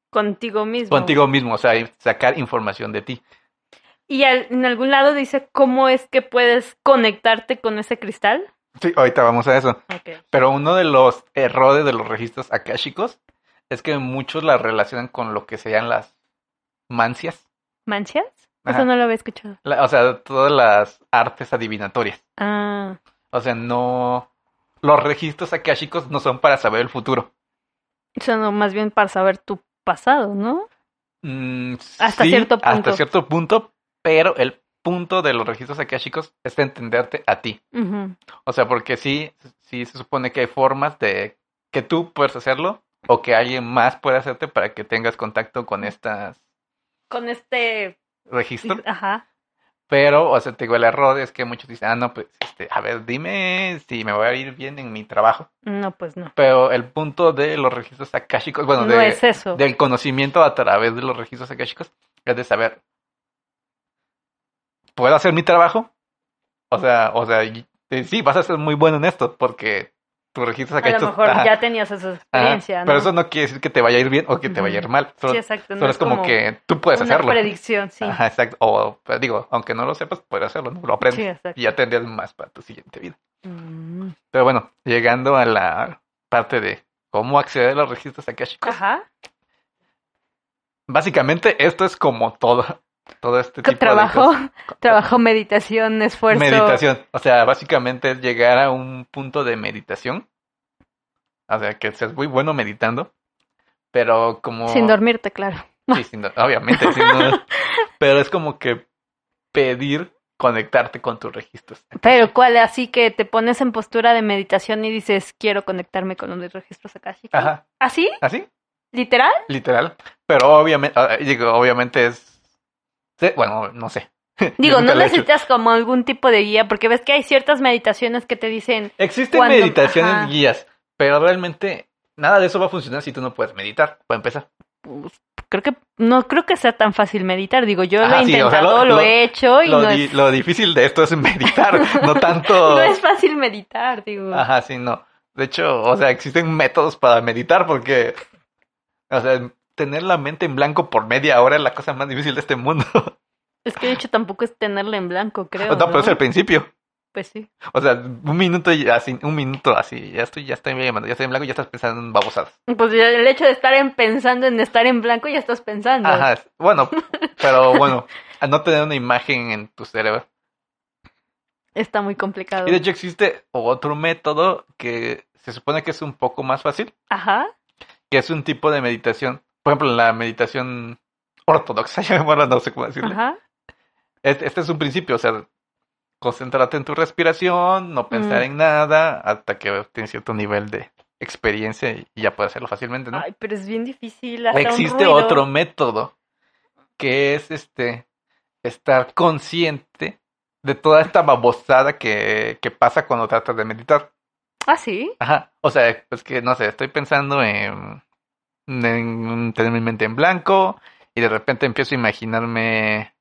Speaker 2: Contigo mismo.
Speaker 1: Contigo mismo, o sea, y sacar información de ti.
Speaker 2: Y al- en algún lado dice cómo es que puedes conectarte con ese cristal.
Speaker 1: Sí, ahorita vamos a eso.
Speaker 2: Ok.
Speaker 1: Pero uno de los errores de los registros akáshicos es que muchos las relacionan con lo que serían las mancias,
Speaker 2: ¿Manchas?
Speaker 1: Ajá.
Speaker 2: Eso no lo había escuchado.
Speaker 1: La- o sea, todas las artes adivinatorias.
Speaker 2: Ah.
Speaker 1: O sea, no. Los registros akáshicos no son para saber el futuro.
Speaker 2: Eso no, más bien para saber tu pasado, ¿no?
Speaker 1: Mm,
Speaker 2: Hasta cierto punto.
Speaker 1: Hasta cierto punto, pero el punto de los registros akáshicos es entenderte a ti.
Speaker 2: Ujú.
Speaker 1: O sea, porque sí, sí se supone que hay formas de que tú puedes hacerlo o que alguien más puede hacerte para que tengas contacto con estas
Speaker 2: Con este.
Speaker 1: registros.
Speaker 2: Ajá.
Speaker 1: Pero, o sea, te digo, el error es que muchos dicen, ah, no, pues, este, a ver, dime si me voy a ir bien en mi trabajo.
Speaker 2: No, pues no.
Speaker 1: Pero el punto de los registros akáshicos, bueno,
Speaker 2: no
Speaker 1: de-
Speaker 2: es eso.
Speaker 1: del conocimiento a través de los registros akáshicos, es de saber, ¿puedo hacer mi trabajo? O sea, o sea, y- eh, sí, vas a ser muy bueno en esto porque tus registros
Speaker 2: A lo
Speaker 1: akáshicos...
Speaker 2: mejor
Speaker 1: ajá,
Speaker 2: ya tenías esa
Speaker 1: ajá,
Speaker 2: experiencia, ¿no?
Speaker 1: Pero eso no quiere decir que te vaya a ir bien o que te vaya a ir
Speaker 2: Ujú.
Speaker 1: mal. Solo,
Speaker 2: sí, exacto.
Speaker 1: solo es como, que tú puedes
Speaker 2: una
Speaker 1: hacerlo.
Speaker 2: predicción, sí.
Speaker 1: Ajá, exacto. O pues, digo, aunque no lo sepas, puedes hacerlo, ¿no? Lo aprendes.
Speaker 2: Sí, exacto.
Speaker 1: y ya tendrías más para tu siguiente vida.
Speaker 2: Mm.
Speaker 1: Pero bueno, llegando a la parte de cómo acceder a los registros akáshicos.
Speaker 2: Ajá.
Speaker 1: Básicamente esto es como todo, todo este
Speaker 2: Co-
Speaker 1: tipo de
Speaker 2: Trabajo,
Speaker 1: cosas.
Speaker 2: trabajo, meditación, esfuerzo.
Speaker 1: meditación. O sea, básicamente es llegar a un punto de meditación. O sea, que seas muy bueno meditando Pero como...
Speaker 2: Sin dormirte, claro.
Speaker 1: Sí, sin dor- obviamente. sin duda. pero es como que pedir conectarte con tus registros.
Speaker 2: Pero ¿cuál? Así que te pones en postura de meditación y dices, quiero conectarme con los registros akáshicos.
Speaker 1: Ajá.
Speaker 2: ¿Así?
Speaker 1: ¿Así?
Speaker 2: ¿Literal?
Speaker 1: Literal. Pero obviamente, ah, digo, obviamente es... sí, Bueno, no sé. Yo
Speaker 2: Digo,
Speaker 1: nunca
Speaker 2: no
Speaker 1: lo he hecho.
Speaker 2: necesitas como algún tipo de guía, porque ves que hay ciertas meditaciones que te dicen,
Speaker 1: Existen
Speaker 2: Cuando-
Speaker 1: meditaciones
Speaker 2: ajá.
Speaker 1: guías, pero realmente nada de eso va a funcionar si tú no puedes meditar. Para empezar.
Speaker 2: pues, creo que no creo que sea tan fácil meditar. Digo, yo lo
Speaker 1: Ajá,
Speaker 2: he
Speaker 1: sí, o sea, lo-
Speaker 2: intentado, lo,
Speaker 1: lo-
Speaker 2: he hecho y
Speaker 1: Lo,
Speaker 2: no,
Speaker 1: di-
Speaker 2: es,
Speaker 1: lo difícil de esto es meditar, no tanto...
Speaker 2: no es fácil meditar, digo.
Speaker 1: Ajá, sí, no. De hecho, o sea, existen métodos para meditar porque, o sea, tener la mente en blanco por media hora es la cosa más difícil de este mundo.
Speaker 2: Es que de hecho tampoco es tenerla en blanco, creo.
Speaker 1: no, pero
Speaker 2: ¿no?
Speaker 1: es el principio.
Speaker 2: Pues sí.
Speaker 1: O sea, un minuto y así, un minuto así, ya estoy, ya estoy llamando, ya estoy en blanco, y ya estás pensando en babosadas.
Speaker 2: Pues ya el hecho de estar en pensando en estar en blanco ya estás pensando.
Speaker 1: Ajá, es- bueno, pero bueno, a no tener una imagen en tu cerebro.
Speaker 2: Está muy complicado.
Speaker 1: Y de hecho existe otro método que se supone que es un poco más fácil,
Speaker 2: Ajá.
Speaker 1: que es un tipo de meditación, por ejemplo, la meditación ortodoxa, llamémosla, no sé cómo decirlo.
Speaker 2: Ajá.
Speaker 1: Este, este es un principio, o sea, concéntrate en tu respiración, no pensar
Speaker 2: Mm.
Speaker 1: en nada, hasta que tienes cierto nivel de experiencia y y ya puedes hacerlo fácilmente, ¿no?
Speaker 2: Ay, pero es bien difícil.
Speaker 1: O
Speaker 2: Hasta un
Speaker 1: existe
Speaker 2: ruido.
Speaker 1: otro método, que es este, estar consciente de toda esta babosada que, que pasa cuando tratas de meditar.
Speaker 2: Ah, sí.
Speaker 1: Ajá, o sea, pues que, no sé, estoy pensando en, en tener mi mente en blanco y de repente empiezo a imaginarme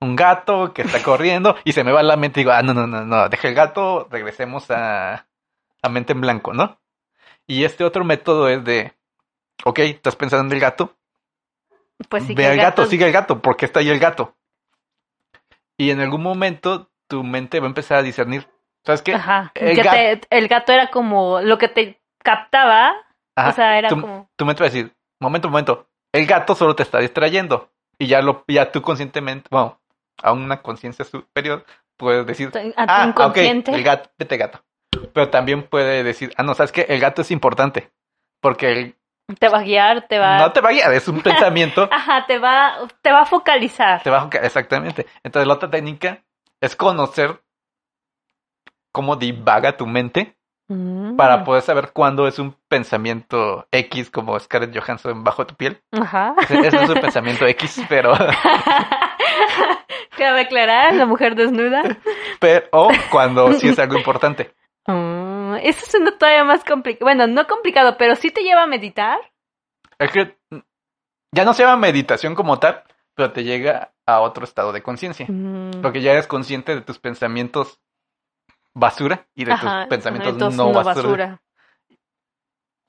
Speaker 1: un gato que está corriendo y se me va la mente y digo, ah, no, no, no, no, deja el gato, regresemos a, a mente en blanco, ¿no? Y este otro método es de, ok, estás pensando en el gato,
Speaker 2: Pues sí.
Speaker 1: ve
Speaker 2: que
Speaker 1: al gato,
Speaker 2: gatos-
Speaker 1: sigue al gato, porque está ahí el gato. Y en algún momento tu mente va a empezar a discernir, ¿sabes qué?
Speaker 2: Ajá.
Speaker 1: El
Speaker 2: que
Speaker 1: gato-
Speaker 2: te- el gato era como lo que te captaba.
Speaker 1: Ajá.
Speaker 2: O sea, era
Speaker 1: Tú-
Speaker 2: como.
Speaker 1: tu mente va a decir, momento, momento, el gato solo te está distrayendo. Y ya lo, ya tú conscientemente, bueno, a una conciencia superior, puedes decir,
Speaker 2: A tu
Speaker 1: ah, ok,
Speaker 2: inconsciente.
Speaker 1: el gato, vete gato. Pero también puede decir, ah, no, ¿sabes qué? El gato es importante. Porque el-
Speaker 2: Te va a guiar, te va.
Speaker 1: no te va a guiar, es un pensamiento.
Speaker 2: Ajá, te va, te va a focalizar.
Speaker 1: te va a juzgar, exactamente. Entonces la otra técnica es conocer cómo divaga tu mente
Speaker 2: Mm.
Speaker 1: para poder saber cuándo es un pensamiento X como Scarlett Johansson bajo tu piel.
Speaker 2: Ajá.
Speaker 1: Eso no es un pensamiento X, pero...
Speaker 2: Cabe aclarar, la mujer desnuda.
Speaker 1: pero o cuando sí es algo importante.
Speaker 2: Mm, eso suena todavía más complicado. Bueno, no complicado, pero sí te lleva a meditar.
Speaker 1: Es que ya no se llama meditación como tal, pero te llega a otro estado de conciencia.
Speaker 2: Mm.
Speaker 1: Porque ya eres consciente de tus pensamientos basura y de
Speaker 2: Ajá,
Speaker 1: tus pensamientos
Speaker 2: entonces
Speaker 1: no, basura.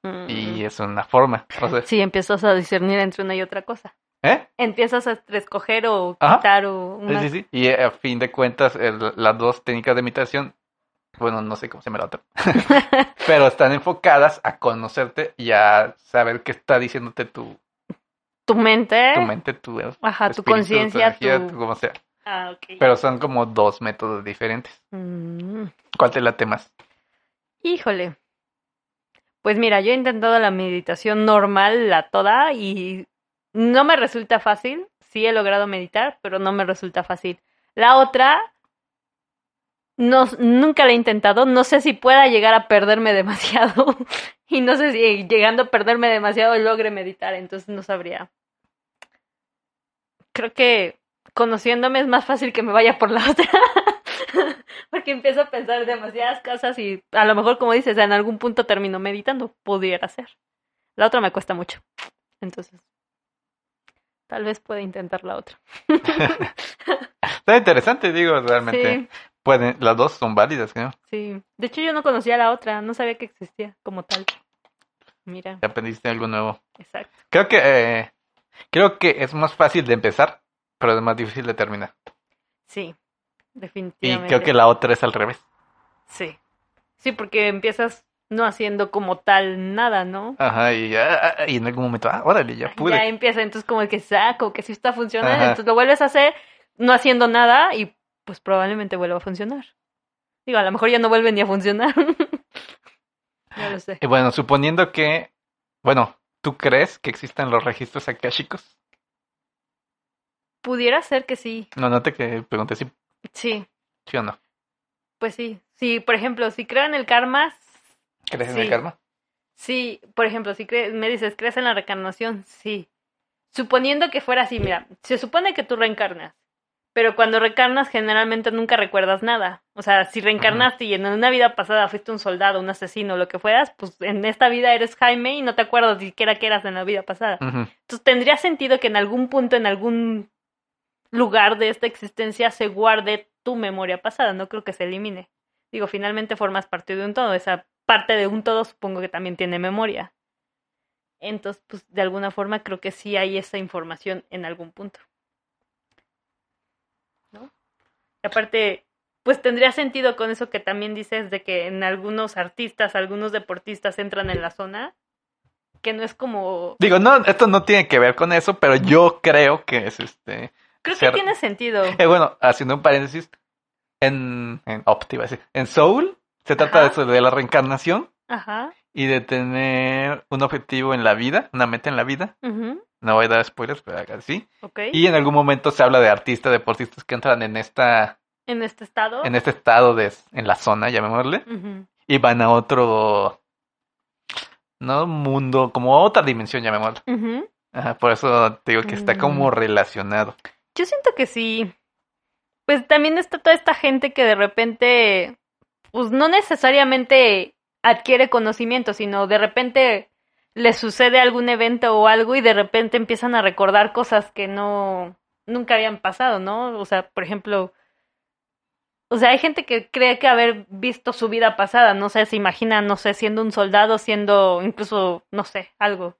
Speaker 2: Mm.
Speaker 1: Y es una forma. O sea,
Speaker 2: Sí, empiezas a discernir entre una y otra cosa.
Speaker 1: ¿eh?
Speaker 2: Empiezas a escoger o
Speaker 1: Ajá.
Speaker 2: quitar o
Speaker 1: Sí,
Speaker 2: una...
Speaker 1: sí, sí. Y eh, a fin de cuentas, el- las dos técnicas de meditación, bueno, no sé cómo se llama la otra, pero están enfocadas a conocerte y a saber qué está diciéndote tu,
Speaker 2: tu mente.
Speaker 1: tu mente, tu eh,
Speaker 2: Ajá, tu
Speaker 1: espíritu,
Speaker 2: conciencia, tu...
Speaker 1: energía, tu como sea.
Speaker 2: Ah, ok.
Speaker 1: Pero son como dos métodos diferentes.
Speaker 2: Mm.
Speaker 1: ¿Cuál te late más?
Speaker 2: Híjole. Pues mira, yo he intentado la meditación normal, la toda, y no me resulta fácil. Sí he logrado meditar, pero no me resulta fácil. La otra, no, nunca la he intentado. No sé si pueda llegar a perderme demasiado. y no sé si llegando a perderme demasiado logre meditar, entonces no sabría. Creo que conociéndome es más fácil que me vaya por la otra. Porque empiezo a pensar demasiadas cosas y a lo mejor, como dices, en algún punto termino meditando. Pudiera ser. La otra me cuesta mucho. Entonces, tal vez pueda intentar la otra.
Speaker 1: Está interesante, digo, realmente.
Speaker 2: Sí,
Speaker 1: Pueden, las dos son válidas, creo.
Speaker 2: sí. De hecho, yo no conocía la otra. No sabía que existía como tal. Mira,
Speaker 1: Te aprendiste algo nuevo.
Speaker 2: exacto.
Speaker 1: Creo que, eh, creo que es más fácil de empezar, pero es más difícil de terminar.
Speaker 2: Sí,
Speaker 1: Y
Speaker 2: definitivamente.
Speaker 1: creo que la otra es al revés.
Speaker 2: Sí. Sí, porque empiezas no haciendo como tal nada, ¿no?
Speaker 1: Ajá, y, ah, ah, y en algún momento, ah, órale, ya pude.
Speaker 2: Ya empieza, entonces como que saco, que sí está funcionando,
Speaker 1: Ajá.
Speaker 2: entonces lo vuelves a hacer no haciendo nada y pues probablemente vuelva a funcionar. Digo, a lo mejor ya no vuelve ni a funcionar. no lo sé.
Speaker 1: Y bueno, suponiendo que, bueno, ¿Tú crees que existan los registros akáshicos?
Speaker 2: Pudiera ser que sí.
Speaker 1: No, no te que- pregunté si
Speaker 2: Sí,
Speaker 1: sí o no.
Speaker 2: pues sí. Sí, por ejemplo, si creo en el karma,
Speaker 1: ¿Crees en
Speaker 2: Sí.
Speaker 1: el karma?
Speaker 2: sí. Por ejemplo, si cre- me dices, ¿crees en la reencarnación? Sí. Suponiendo que fuera así, mira, se supone que tú reencarnas, pero cuando reencarnas generalmente nunca recuerdas nada. O sea, si reencarnaste y en una vida pasada fuiste un soldado, un asesino, lo que fueras, pues en esta vida eres Jaime y no te acuerdas ni siquiera que eras en la vida pasada.
Speaker 1: Ujú.
Speaker 2: Entonces tendría sentido que en algún punto, en algún lugar de esta existencia se guarde tu memoria pasada, no creo que se elimine. Digo, finalmente formas parte de un todo, esa parte de un todo supongo que también tiene memoria. Entonces, pues de alguna forma creo que sí hay esa información en algún punto. ¿No? Y aparte, pues tendría sentido con eso que también dices de que en algunos artistas, algunos deportistas entran en la zona, que no es como
Speaker 1: Digo, no, esto no tiene que ver con eso, pero yo creo que es este.
Speaker 2: Creo
Speaker 1: Cer-
Speaker 2: que tiene sentido.
Speaker 1: Eh, bueno, haciendo un paréntesis, en, en oh, te iba a decir, en Soul se trata de
Speaker 2: Ajá.
Speaker 1: eso, de la reencarnación
Speaker 2: Ajá.
Speaker 1: y de tener un objetivo en la vida, una meta en la vida.
Speaker 2: ujú,
Speaker 1: No voy a dar spoilers, pero haga así.
Speaker 2: Ok.
Speaker 1: Y en algún momento se habla de artistas, deportistas que entran en esta,
Speaker 2: En este estado.
Speaker 1: en este estado de, en la zona, llamémosle,
Speaker 2: ujú,
Speaker 1: y van a otro, no mundo, como a otra dimensión, llamémosle.
Speaker 2: ujú.
Speaker 1: Ajá, por eso te digo que está como
Speaker 2: Mm.
Speaker 1: relacionado.
Speaker 2: Yo siento que sí. Pues también está toda esta gente que de repente, pues no necesariamente adquiere conocimiento, sino de repente le sucede algún evento o algo y de repente empiezan a recordar cosas que no nunca habían pasado, ¿no? O sea, por ejemplo, o sea, hay gente que cree que haber visto su vida pasada, no sé, se imagina, no sé, siendo un soldado, siendo incluso, no sé, algo.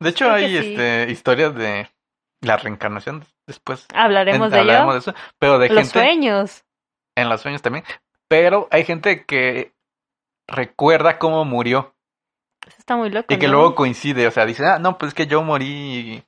Speaker 1: De hecho,
Speaker 2: Creo que
Speaker 1: hay
Speaker 2: sí.
Speaker 1: este, historias de la reencarnación después.
Speaker 2: Hablaremos
Speaker 1: en-
Speaker 2: de
Speaker 1: hablaremos
Speaker 2: ello.
Speaker 1: de eso, pero de
Speaker 2: Los
Speaker 1: gente
Speaker 2: sueños.
Speaker 1: en los sueños también. Pero hay gente que recuerda cómo murió
Speaker 2: Eso está muy loco.
Speaker 1: y que
Speaker 2: ¿no?
Speaker 1: luego coincide. O sea, dice, ah, no, pues es que yo morí.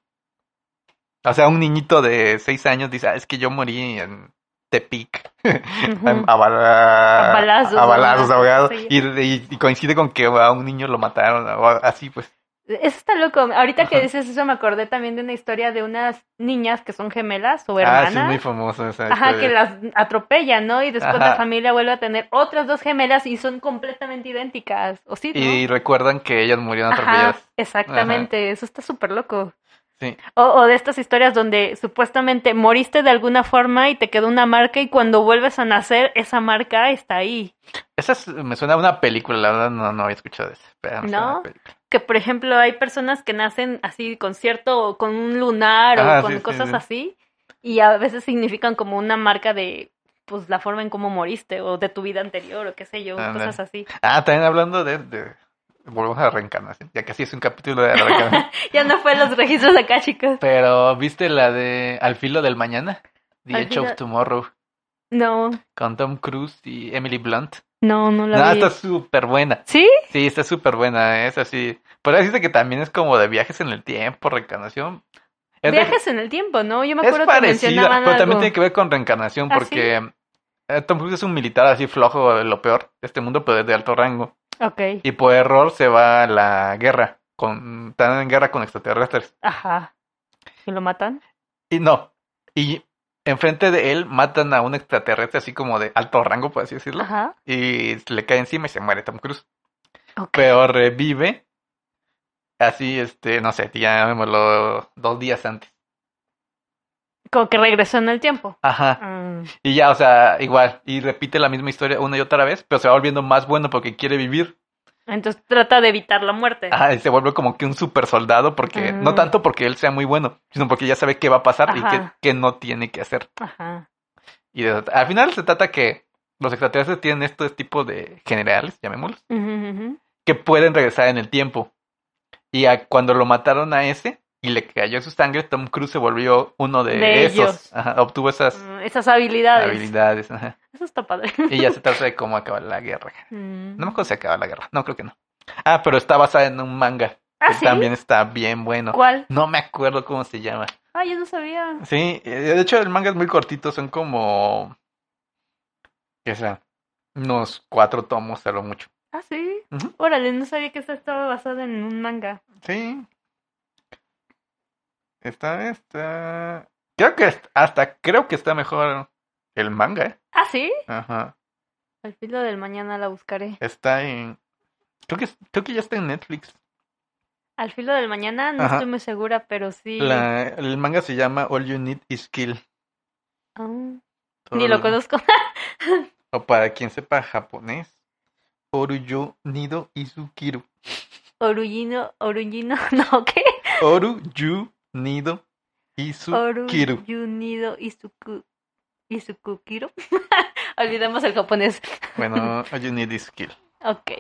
Speaker 1: O sea, un niñito de seis años dice, ah, es que yo morí en Tepic.
Speaker 2: Ujú.
Speaker 1: en- A, bala-
Speaker 2: A balazos,
Speaker 1: a balazos,
Speaker 2: ¿no?
Speaker 1: ahogado.
Speaker 2: Sí.
Speaker 1: Y, y- y coincide con que a un niño lo mataron. o así pues.
Speaker 2: Eso está loco. Ahorita que
Speaker 1: Ajá.
Speaker 2: dices eso, me acordé también de una historia de unas niñas que son gemelas o
Speaker 1: Ah, sí, es muy
Speaker 2: hermanas.
Speaker 1: famoso esa
Speaker 2: Ajá,
Speaker 1: historia.
Speaker 2: que las atropellan, ¿no? Y después la
Speaker 1: Ajá.
Speaker 2: familia vuelve a tener otras dos gemelas y son completamente idénticas. ¿O sí, no?
Speaker 1: Y recuerdan que ellas murieron
Speaker 2: Ajá,
Speaker 1: atropelladas.
Speaker 2: exactamente. Eso está súper loco.
Speaker 1: Sí.
Speaker 2: O, o de estas historias donde supuestamente moriste de alguna forma y te quedó una marca y cuando vuelves a nacer, esa marca está ahí.
Speaker 1: Esa es- me suena a una película, la verdad no, no había escuchado de esa. pero me suena a una
Speaker 2: ¿No?
Speaker 1: película.
Speaker 2: que por ejemplo hay personas que nacen así con cierto o con un lunar o
Speaker 1: Ah,
Speaker 2: con
Speaker 1: sí, sí,
Speaker 2: cosas
Speaker 1: sí.
Speaker 2: así y a veces significan como una marca de pues la forma en cómo moriste o de tu vida anterior o qué sé yo,
Speaker 1: Ándale.
Speaker 2: cosas así.
Speaker 1: Ah, también hablando de, de- Volvemos a la reencarnación, ya que sí es un capítulo de la reencarnación.
Speaker 2: Ya no fue los registros acá, chicos.
Speaker 1: Pero, ¿viste la de Al filo del mañana? The
Speaker 2: Al
Speaker 1: Edge of
Speaker 2: filo-
Speaker 1: Tomorrow,
Speaker 2: No,
Speaker 1: con Tom Cruise y Emily Blunt.
Speaker 2: no, no la
Speaker 1: No,
Speaker 2: vi.
Speaker 1: está súper buena.
Speaker 2: ¿Sí?
Speaker 1: Sí, está ¿eh? súper buena, es así. Pero dice que también es como de viajes en el tiempo, reencarnación. Es de-
Speaker 2: Viajes en el tiempo, ¿no? Yo me
Speaker 1: Es
Speaker 2: acuerdo que
Speaker 1: parecida,
Speaker 2: mencionaban
Speaker 1: pero también
Speaker 2: algo.
Speaker 1: tiene que ver con reencarnación,
Speaker 2: ¿Ah,
Speaker 1: porque eh, Tom Cruise es un militar así flojo, eh, lo peor de este mundo, pero de alto rango.
Speaker 2: Ok.
Speaker 1: Y por error se va a la guerra, con, están en guerra con extraterrestres.
Speaker 2: Ajá. ¿Y lo matan?
Speaker 1: Y no, y enfrente de él matan a un extraterrestre así como de alto rango, por así decirlo,
Speaker 2: Ajá.
Speaker 1: y se le cae encima y se muere Tom Cruise.
Speaker 2: Ok.
Speaker 1: Pero revive, así, este, no sé, llamémoslo dos días antes.
Speaker 2: Como que regresó en el tiempo.
Speaker 1: Ajá.
Speaker 2: Mm.
Speaker 1: Y ya, o sea, igual, y repite la misma historia una y otra vez, pero se va volviendo más bueno porque quiere vivir.
Speaker 2: Entonces trata de evitar la muerte.
Speaker 1: Ajá, y se vuelve como que un super soldado porque, no
Speaker 2: Mm.
Speaker 1: tanto porque él sea muy bueno, sino porque ya sabe qué va a pasar y qué,
Speaker 2: Ajá.
Speaker 1: qué no tiene que hacer.
Speaker 2: Ajá.
Speaker 1: Y de- al final se trata que los extraterrestres tienen este tipo de generales, llamémoslos,
Speaker 2: Ujú, ujú.
Speaker 1: que pueden regresar en el tiempo. Y a- cuando lo mataron a ese y le cayó su sangre, Tom Cruise se volvió uno de,
Speaker 2: De
Speaker 1: esos.
Speaker 2: ellos.
Speaker 1: Ajá, obtuvo esas
Speaker 2: Mm, Esas habilidades.
Speaker 1: habilidades. ajá.
Speaker 2: Eso está padre.
Speaker 1: Y ya se trata de cómo acabar la guerra.
Speaker 2: Mm.
Speaker 1: No me acuerdo si acaba la guerra. No, creo que no. Ah, pero está basada en un manga.
Speaker 2: ¿Ah,
Speaker 1: que
Speaker 2: sí?
Speaker 1: también está bien bueno.
Speaker 2: ¿Cuál?
Speaker 1: No me acuerdo cómo se llama.
Speaker 2: Ah, yo no sabía.
Speaker 1: Sí, eh, de hecho el manga es muy cortito, son como... ¿Qué será? Unos cuatro tomos a lo mucho.
Speaker 2: Ah, sí.
Speaker 1: Ujú.
Speaker 2: Órale, no sabía que esta estaba basada en un manga.
Speaker 1: Sí. Está, está. Creo que est- hasta creo que está mejor el manga, ¿eh?
Speaker 2: ¿Ah, sí?
Speaker 1: Ajá.
Speaker 2: Al filo del mañana la buscaré.
Speaker 1: Está en. Creo que, es- creo que ya está en Netflix.
Speaker 2: Al filo del mañana no
Speaker 1: Ajá.
Speaker 2: estoy muy segura, pero sí.
Speaker 1: La- el manga se llama All You Need Is Kill.
Speaker 2: Ah,
Speaker 1: Todo
Speaker 2: ni lo conozco.
Speaker 1: O para quien sepa japonés, Oruyo Nido Izukiru.
Speaker 2: Oruyino, Oruyino, no, ¿qué?
Speaker 1: Oruyu Nido Izukiru.
Speaker 2: Oruyunido Izuku, Izukukiro. Olvidemos el japonés.
Speaker 1: Bueno, All You Need Is Kill.
Speaker 2: Ok.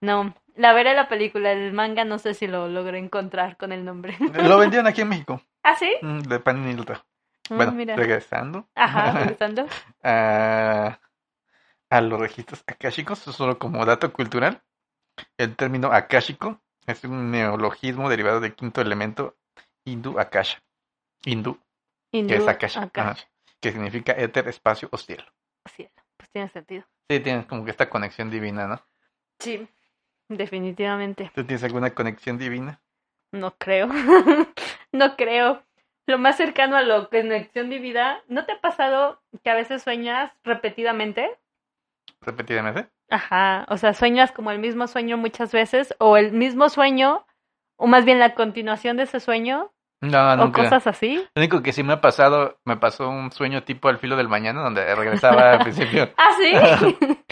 Speaker 2: No, la veré la película, el manga no sé si lo logré encontrar con el nombre.
Speaker 1: Lo vendieron aquí en México,
Speaker 2: ¿Ah, sí?
Speaker 1: mm, de pan y Nilda.
Speaker 2: Ah,
Speaker 1: Bueno,
Speaker 2: mira.
Speaker 1: regresando.
Speaker 2: Ajá, regresando.
Speaker 1: a, a los registros akáshicos, solo como dato cultural, el término akáshico es un neologismo derivado del quinto elemento hindú akasha, hindú,
Speaker 2: Hindú,
Speaker 1: que es akasha,
Speaker 2: Akash.
Speaker 1: ajá, que significa éter, espacio o cielo.
Speaker 2: Cielo, pues tiene sentido.
Speaker 1: Sí, tienes como que esta conexión divina, ¿no?
Speaker 2: Sí, definitivamente.
Speaker 1: ¿Tú tienes alguna conexión divina?
Speaker 2: No creo. no creo. Lo más cercano a la conexión de vida, ¿no te ha pasado que a veces sueñas repetidamente?
Speaker 1: Repetidamente.
Speaker 2: Ajá, o sea, sueñas como el mismo sueño muchas veces, o el mismo sueño, o más bien la continuación de ese sueño,
Speaker 1: No,
Speaker 2: o
Speaker 1: Ah, nunca.
Speaker 2: cosas así.
Speaker 1: Lo único que sí me ha pasado, me pasó un sueño tipo al filo del mañana, donde regresaba al principio.
Speaker 2: Ah, sí.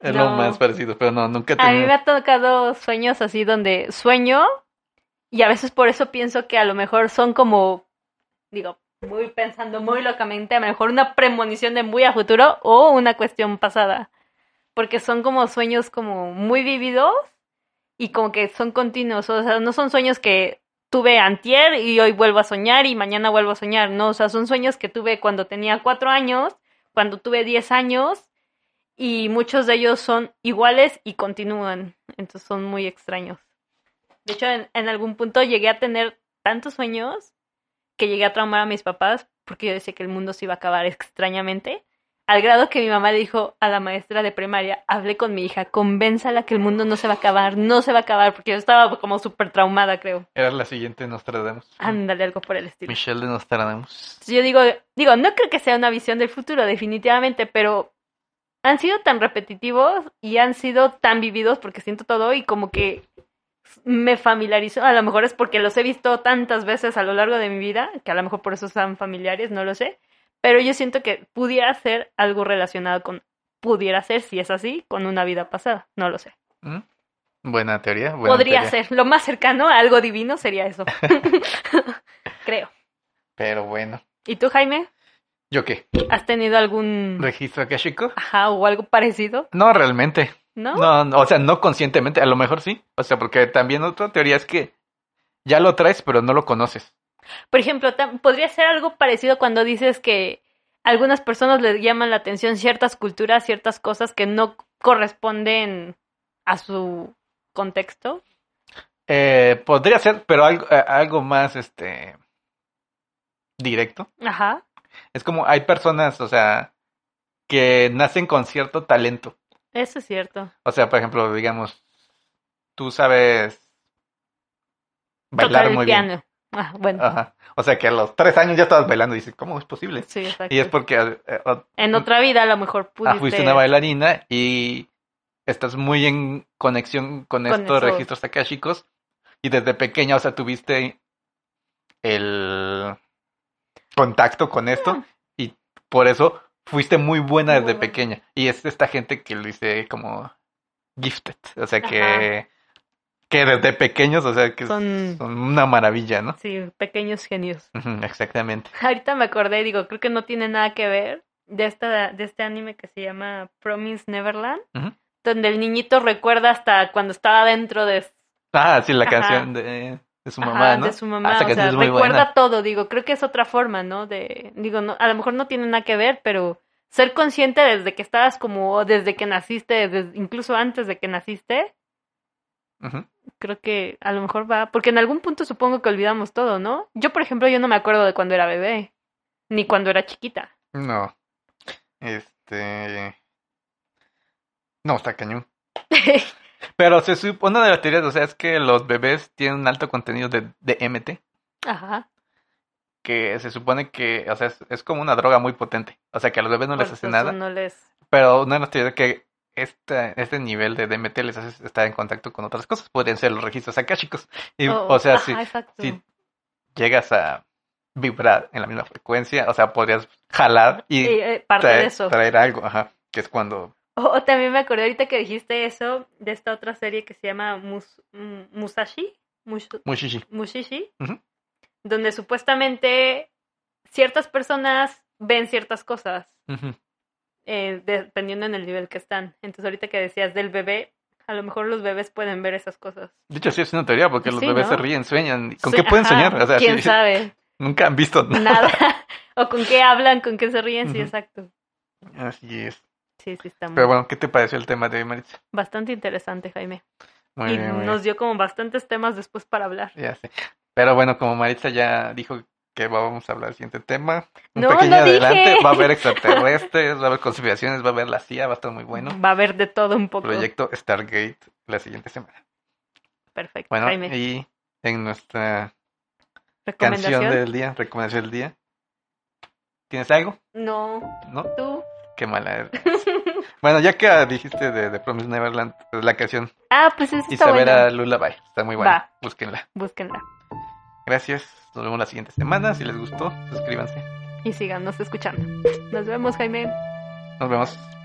Speaker 1: Es lo
Speaker 2: No.
Speaker 1: más parecido, pero no, nunca he
Speaker 2: A mí
Speaker 1: tenido-
Speaker 2: me ha tocado sueños así donde sueño y a veces por eso pienso que a lo mejor son como, digo, muy pensando muy locamente, a lo mejor una premonición de muy a futuro o una cuestión pasada. Porque son como sueños como muy vividos y como que son continuos. O sea, no son sueños que tuve antier y hoy vuelvo a soñar y mañana vuelvo a soñar. No, o sea, son sueños que tuve cuando tenía cuatro años, cuando tuve diez años y muchos de ellos son iguales y continúan. Entonces son muy extraños. De hecho, en, en algún punto llegué a tener tantos sueños que llegué a traumar a mis papás porque yo decía que el mundo se iba a acabar extrañamente. Al grado que mi mamá le dijo a la maestra de primaria, hablé con mi hija, convénzala que el mundo no se va a acabar, no se va a acabar, porque yo estaba como súper traumada, creo.
Speaker 1: Era la siguiente Nostradamus.
Speaker 2: Ándale, algo por el estilo.
Speaker 1: Michelle de Nostradamus.
Speaker 2: Entonces, yo digo, digo, no creo que sea una visión del futuro, definitivamente, pero han sido tan repetitivos y han sido tan vividos porque siento todo y como que me familiarizo, a lo mejor es porque los he visto tantas veces a lo largo de mi vida, que a lo mejor por eso son familiares, no lo sé, pero yo siento que pudiera ser algo relacionado con, pudiera ser, si es así, con una vida pasada, no lo sé.
Speaker 1: ¿Mm? Buena teoría. buena
Speaker 2: Podría
Speaker 1: teoría.
Speaker 2: ser, lo más cercano a algo divino sería eso. creo.
Speaker 1: Pero bueno.
Speaker 2: ¿Y tú, Jaime?
Speaker 1: ¿Yo qué?
Speaker 2: ¿Has tenido algún...
Speaker 1: ¿Registro akáshico?
Speaker 2: Ajá, o algo parecido,
Speaker 1: No, realmente.
Speaker 2: ¿no?
Speaker 1: No, no, o sea, no conscientemente. A lo mejor sí. O sea, porque también otra teoría es que ya lo traes, pero no lo conoces.
Speaker 2: Por ejemplo, tam- podría ser algo parecido cuando dices que algunas personas les llaman la atención ciertas culturas, ciertas cosas que no corresponden a su contexto.
Speaker 1: Eh, podría ser, pero algo, eh, algo más, este, directo.
Speaker 2: Ajá.
Speaker 1: Es como hay personas, o sea, que nacen con cierto talento.
Speaker 2: Eso es cierto.
Speaker 1: O sea, por ejemplo, digamos, tú sabes bailar
Speaker 2: Tocar el
Speaker 1: muy bien.
Speaker 2: piano. Ah, bueno.
Speaker 1: Ajá. O sea que a los tres años ya estabas bailando y dices, ¿cómo es posible?
Speaker 2: Sí, exacto.
Speaker 1: Y es porque eh, eh, ah,
Speaker 2: En otra vida a lo mejor pudiste.
Speaker 1: fuiste una bailarina y estás muy en conexión con,
Speaker 2: Con
Speaker 1: estos
Speaker 2: eso.
Speaker 1: registros akáshicos y desde pequeña, o sea, tuviste el contacto con esto y por eso fuiste muy buena
Speaker 2: Muy
Speaker 1: desde
Speaker 2: buena.
Speaker 1: pequeña. Y es esta gente que lo dice como gifted, o sea, que,
Speaker 2: Ajá.
Speaker 1: que desde pequeños, o sea, que
Speaker 2: Son-
Speaker 1: son una maravilla, ¿no?
Speaker 2: Sí, pequeños genios.
Speaker 1: Ujú, Exactamente.
Speaker 2: Ahorita me acordé, digo, creo que no tiene nada que ver de esta, de este anime que se llama Promise Neverland,
Speaker 1: Ujú.
Speaker 2: donde el niñito recuerda hasta cuando estaba dentro de,
Speaker 1: Ah, sí, la
Speaker 2: Ajá.
Speaker 1: canción de, de su
Speaker 2: ajá,
Speaker 1: mamá, ¿no?
Speaker 2: de su mamá,
Speaker 1: Ah, esa
Speaker 2: o
Speaker 1: canción
Speaker 2: sea,
Speaker 1: es muy
Speaker 2: recuerda
Speaker 1: buena.
Speaker 2: todo, digo, creo que es otra forma, ¿no? De, digo, no, a lo mejor no tiene nada que ver, pero ser consciente desde que estabas como, o desde que naciste, desde- incluso antes de que naciste,
Speaker 1: Ujú.
Speaker 2: creo que a lo mejor va, porque en algún punto supongo que olvidamos todo, ¿no? Yo, por ejemplo, yo no me acuerdo de cuando era bebé, ni cuando era chiquita.
Speaker 1: No. Este. No, está cañón. Pero se supone, una de las teorías, o sea, es que los bebés tienen un alto contenido de, de MT,
Speaker 2: Ajá.
Speaker 1: que se supone que, o sea, es, es como una droga muy potente. O sea, que a los bebés no les
Speaker 2: Por
Speaker 1: hace
Speaker 2: eso
Speaker 1: nada.
Speaker 2: No les...
Speaker 1: Pero una de las teorías es que este, este nivel de DMT les hace estar en contacto con otras cosas. Podrían ser los registros chicos
Speaker 2: Oh,
Speaker 1: o sea,
Speaker 2: ajá,
Speaker 1: si
Speaker 2: exacto.
Speaker 1: si llegas a vibrar en la misma frecuencia, o sea, podrías jalar y
Speaker 2: Eh, eh, parte
Speaker 1: traer,
Speaker 2: de eso.
Speaker 1: traer algo, ajá, que es cuando...
Speaker 2: O, o también me acordé ahorita que dijiste eso de esta otra serie que se llama Mus- mm, Musashi. Mush-
Speaker 1: Mushishi.
Speaker 2: Mushishi.
Speaker 1: Ujú.
Speaker 2: Donde supuestamente ciertas personas ven ciertas cosas.
Speaker 1: Ujú.
Speaker 2: eh, dependiendo en el nivel que están. Entonces, ahorita que decías del bebé, a lo mejor los bebés pueden ver esas cosas.
Speaker 1: De hecho, sí es una teoría, porque los
Speaker 2: Sí,
Speaker 1: bebés
Speaker 2: ¿no?
Speaker 1: se ríen, sueñan. ¿Con
Speaker 2: Sí,
Speaker 1: qué pueden
Speaker 2: ajá,
Speaker 1: soñar? O sea,
Speaker 2: ¿Quién
Speaker 1: sí,
Speaker 2: sabe?
Speaker 1: nunca han visto nada.
Speaker 2: Nada. o con qué hablan, con qué se ríen, sí,
Speaker 1: Ujú.
Speaker 2: exacto.
Speaker 1: Así es.
Speaker 2: Sí, sí, está muy-
Speaker 1: Pero bueno, ¿qué te pareció el tema de hoy, Maritza?
Speaker 2: bastante interesante, Jaime.
Speaker 1: Muy
Speaker 2: y
Speaker 1: bien, muy
Speaker 2: nos dio como bastantes temas después para hablar.
Speaker 1: bien. Ya sé. Pero bueno, como Maritza ya dijo que vamos a hablar del siguiente tema, un
Speaker 2: No,
Speaker 1: pequeño
Speaker 2: no dije.
Speaker 1: adelante, va a haber extraterrestres, va a haber conspiraciones, va a haber la CIA, va a estar muy bueno.
Speaker 2: Va a haber de todo un Mm, poco.
Speaker 1: Proyecto Stargate la siguiente semana.
Speaker 2: Perfecto,
Speaker 1: Bueno,
Speaker 2: Jaime.
Speaker 1: y en nuestra
Speaker 2: ¿Recomendación?
Speaker 1: canción del día, recomendación del día, ¿tienes algo?
Speaker 2: No,
Speaker 1: ¿No?
Speaker 2: tú.
Speaker 1: Qué mala eres. Bueno, ya que dijiste de, de Promise Neverland, pues, la canción
Speaker 2: ah, pues eso está
Speaker 1: Isabela
Speaker 2: bueno.
Speaker 1: Lullaby está muy buena.
Speaker 2: Va.
Speaker 1: Búsquenla.
Speaker 2: Búsquenla
Speaker 1: Gracias. Nos vemos la siguiente semana. Si les gustó, suscríbanse.
Speaker 2: y síganos escuchando. Nos vemos, Jaime.
Speaker 1: Nos vemos.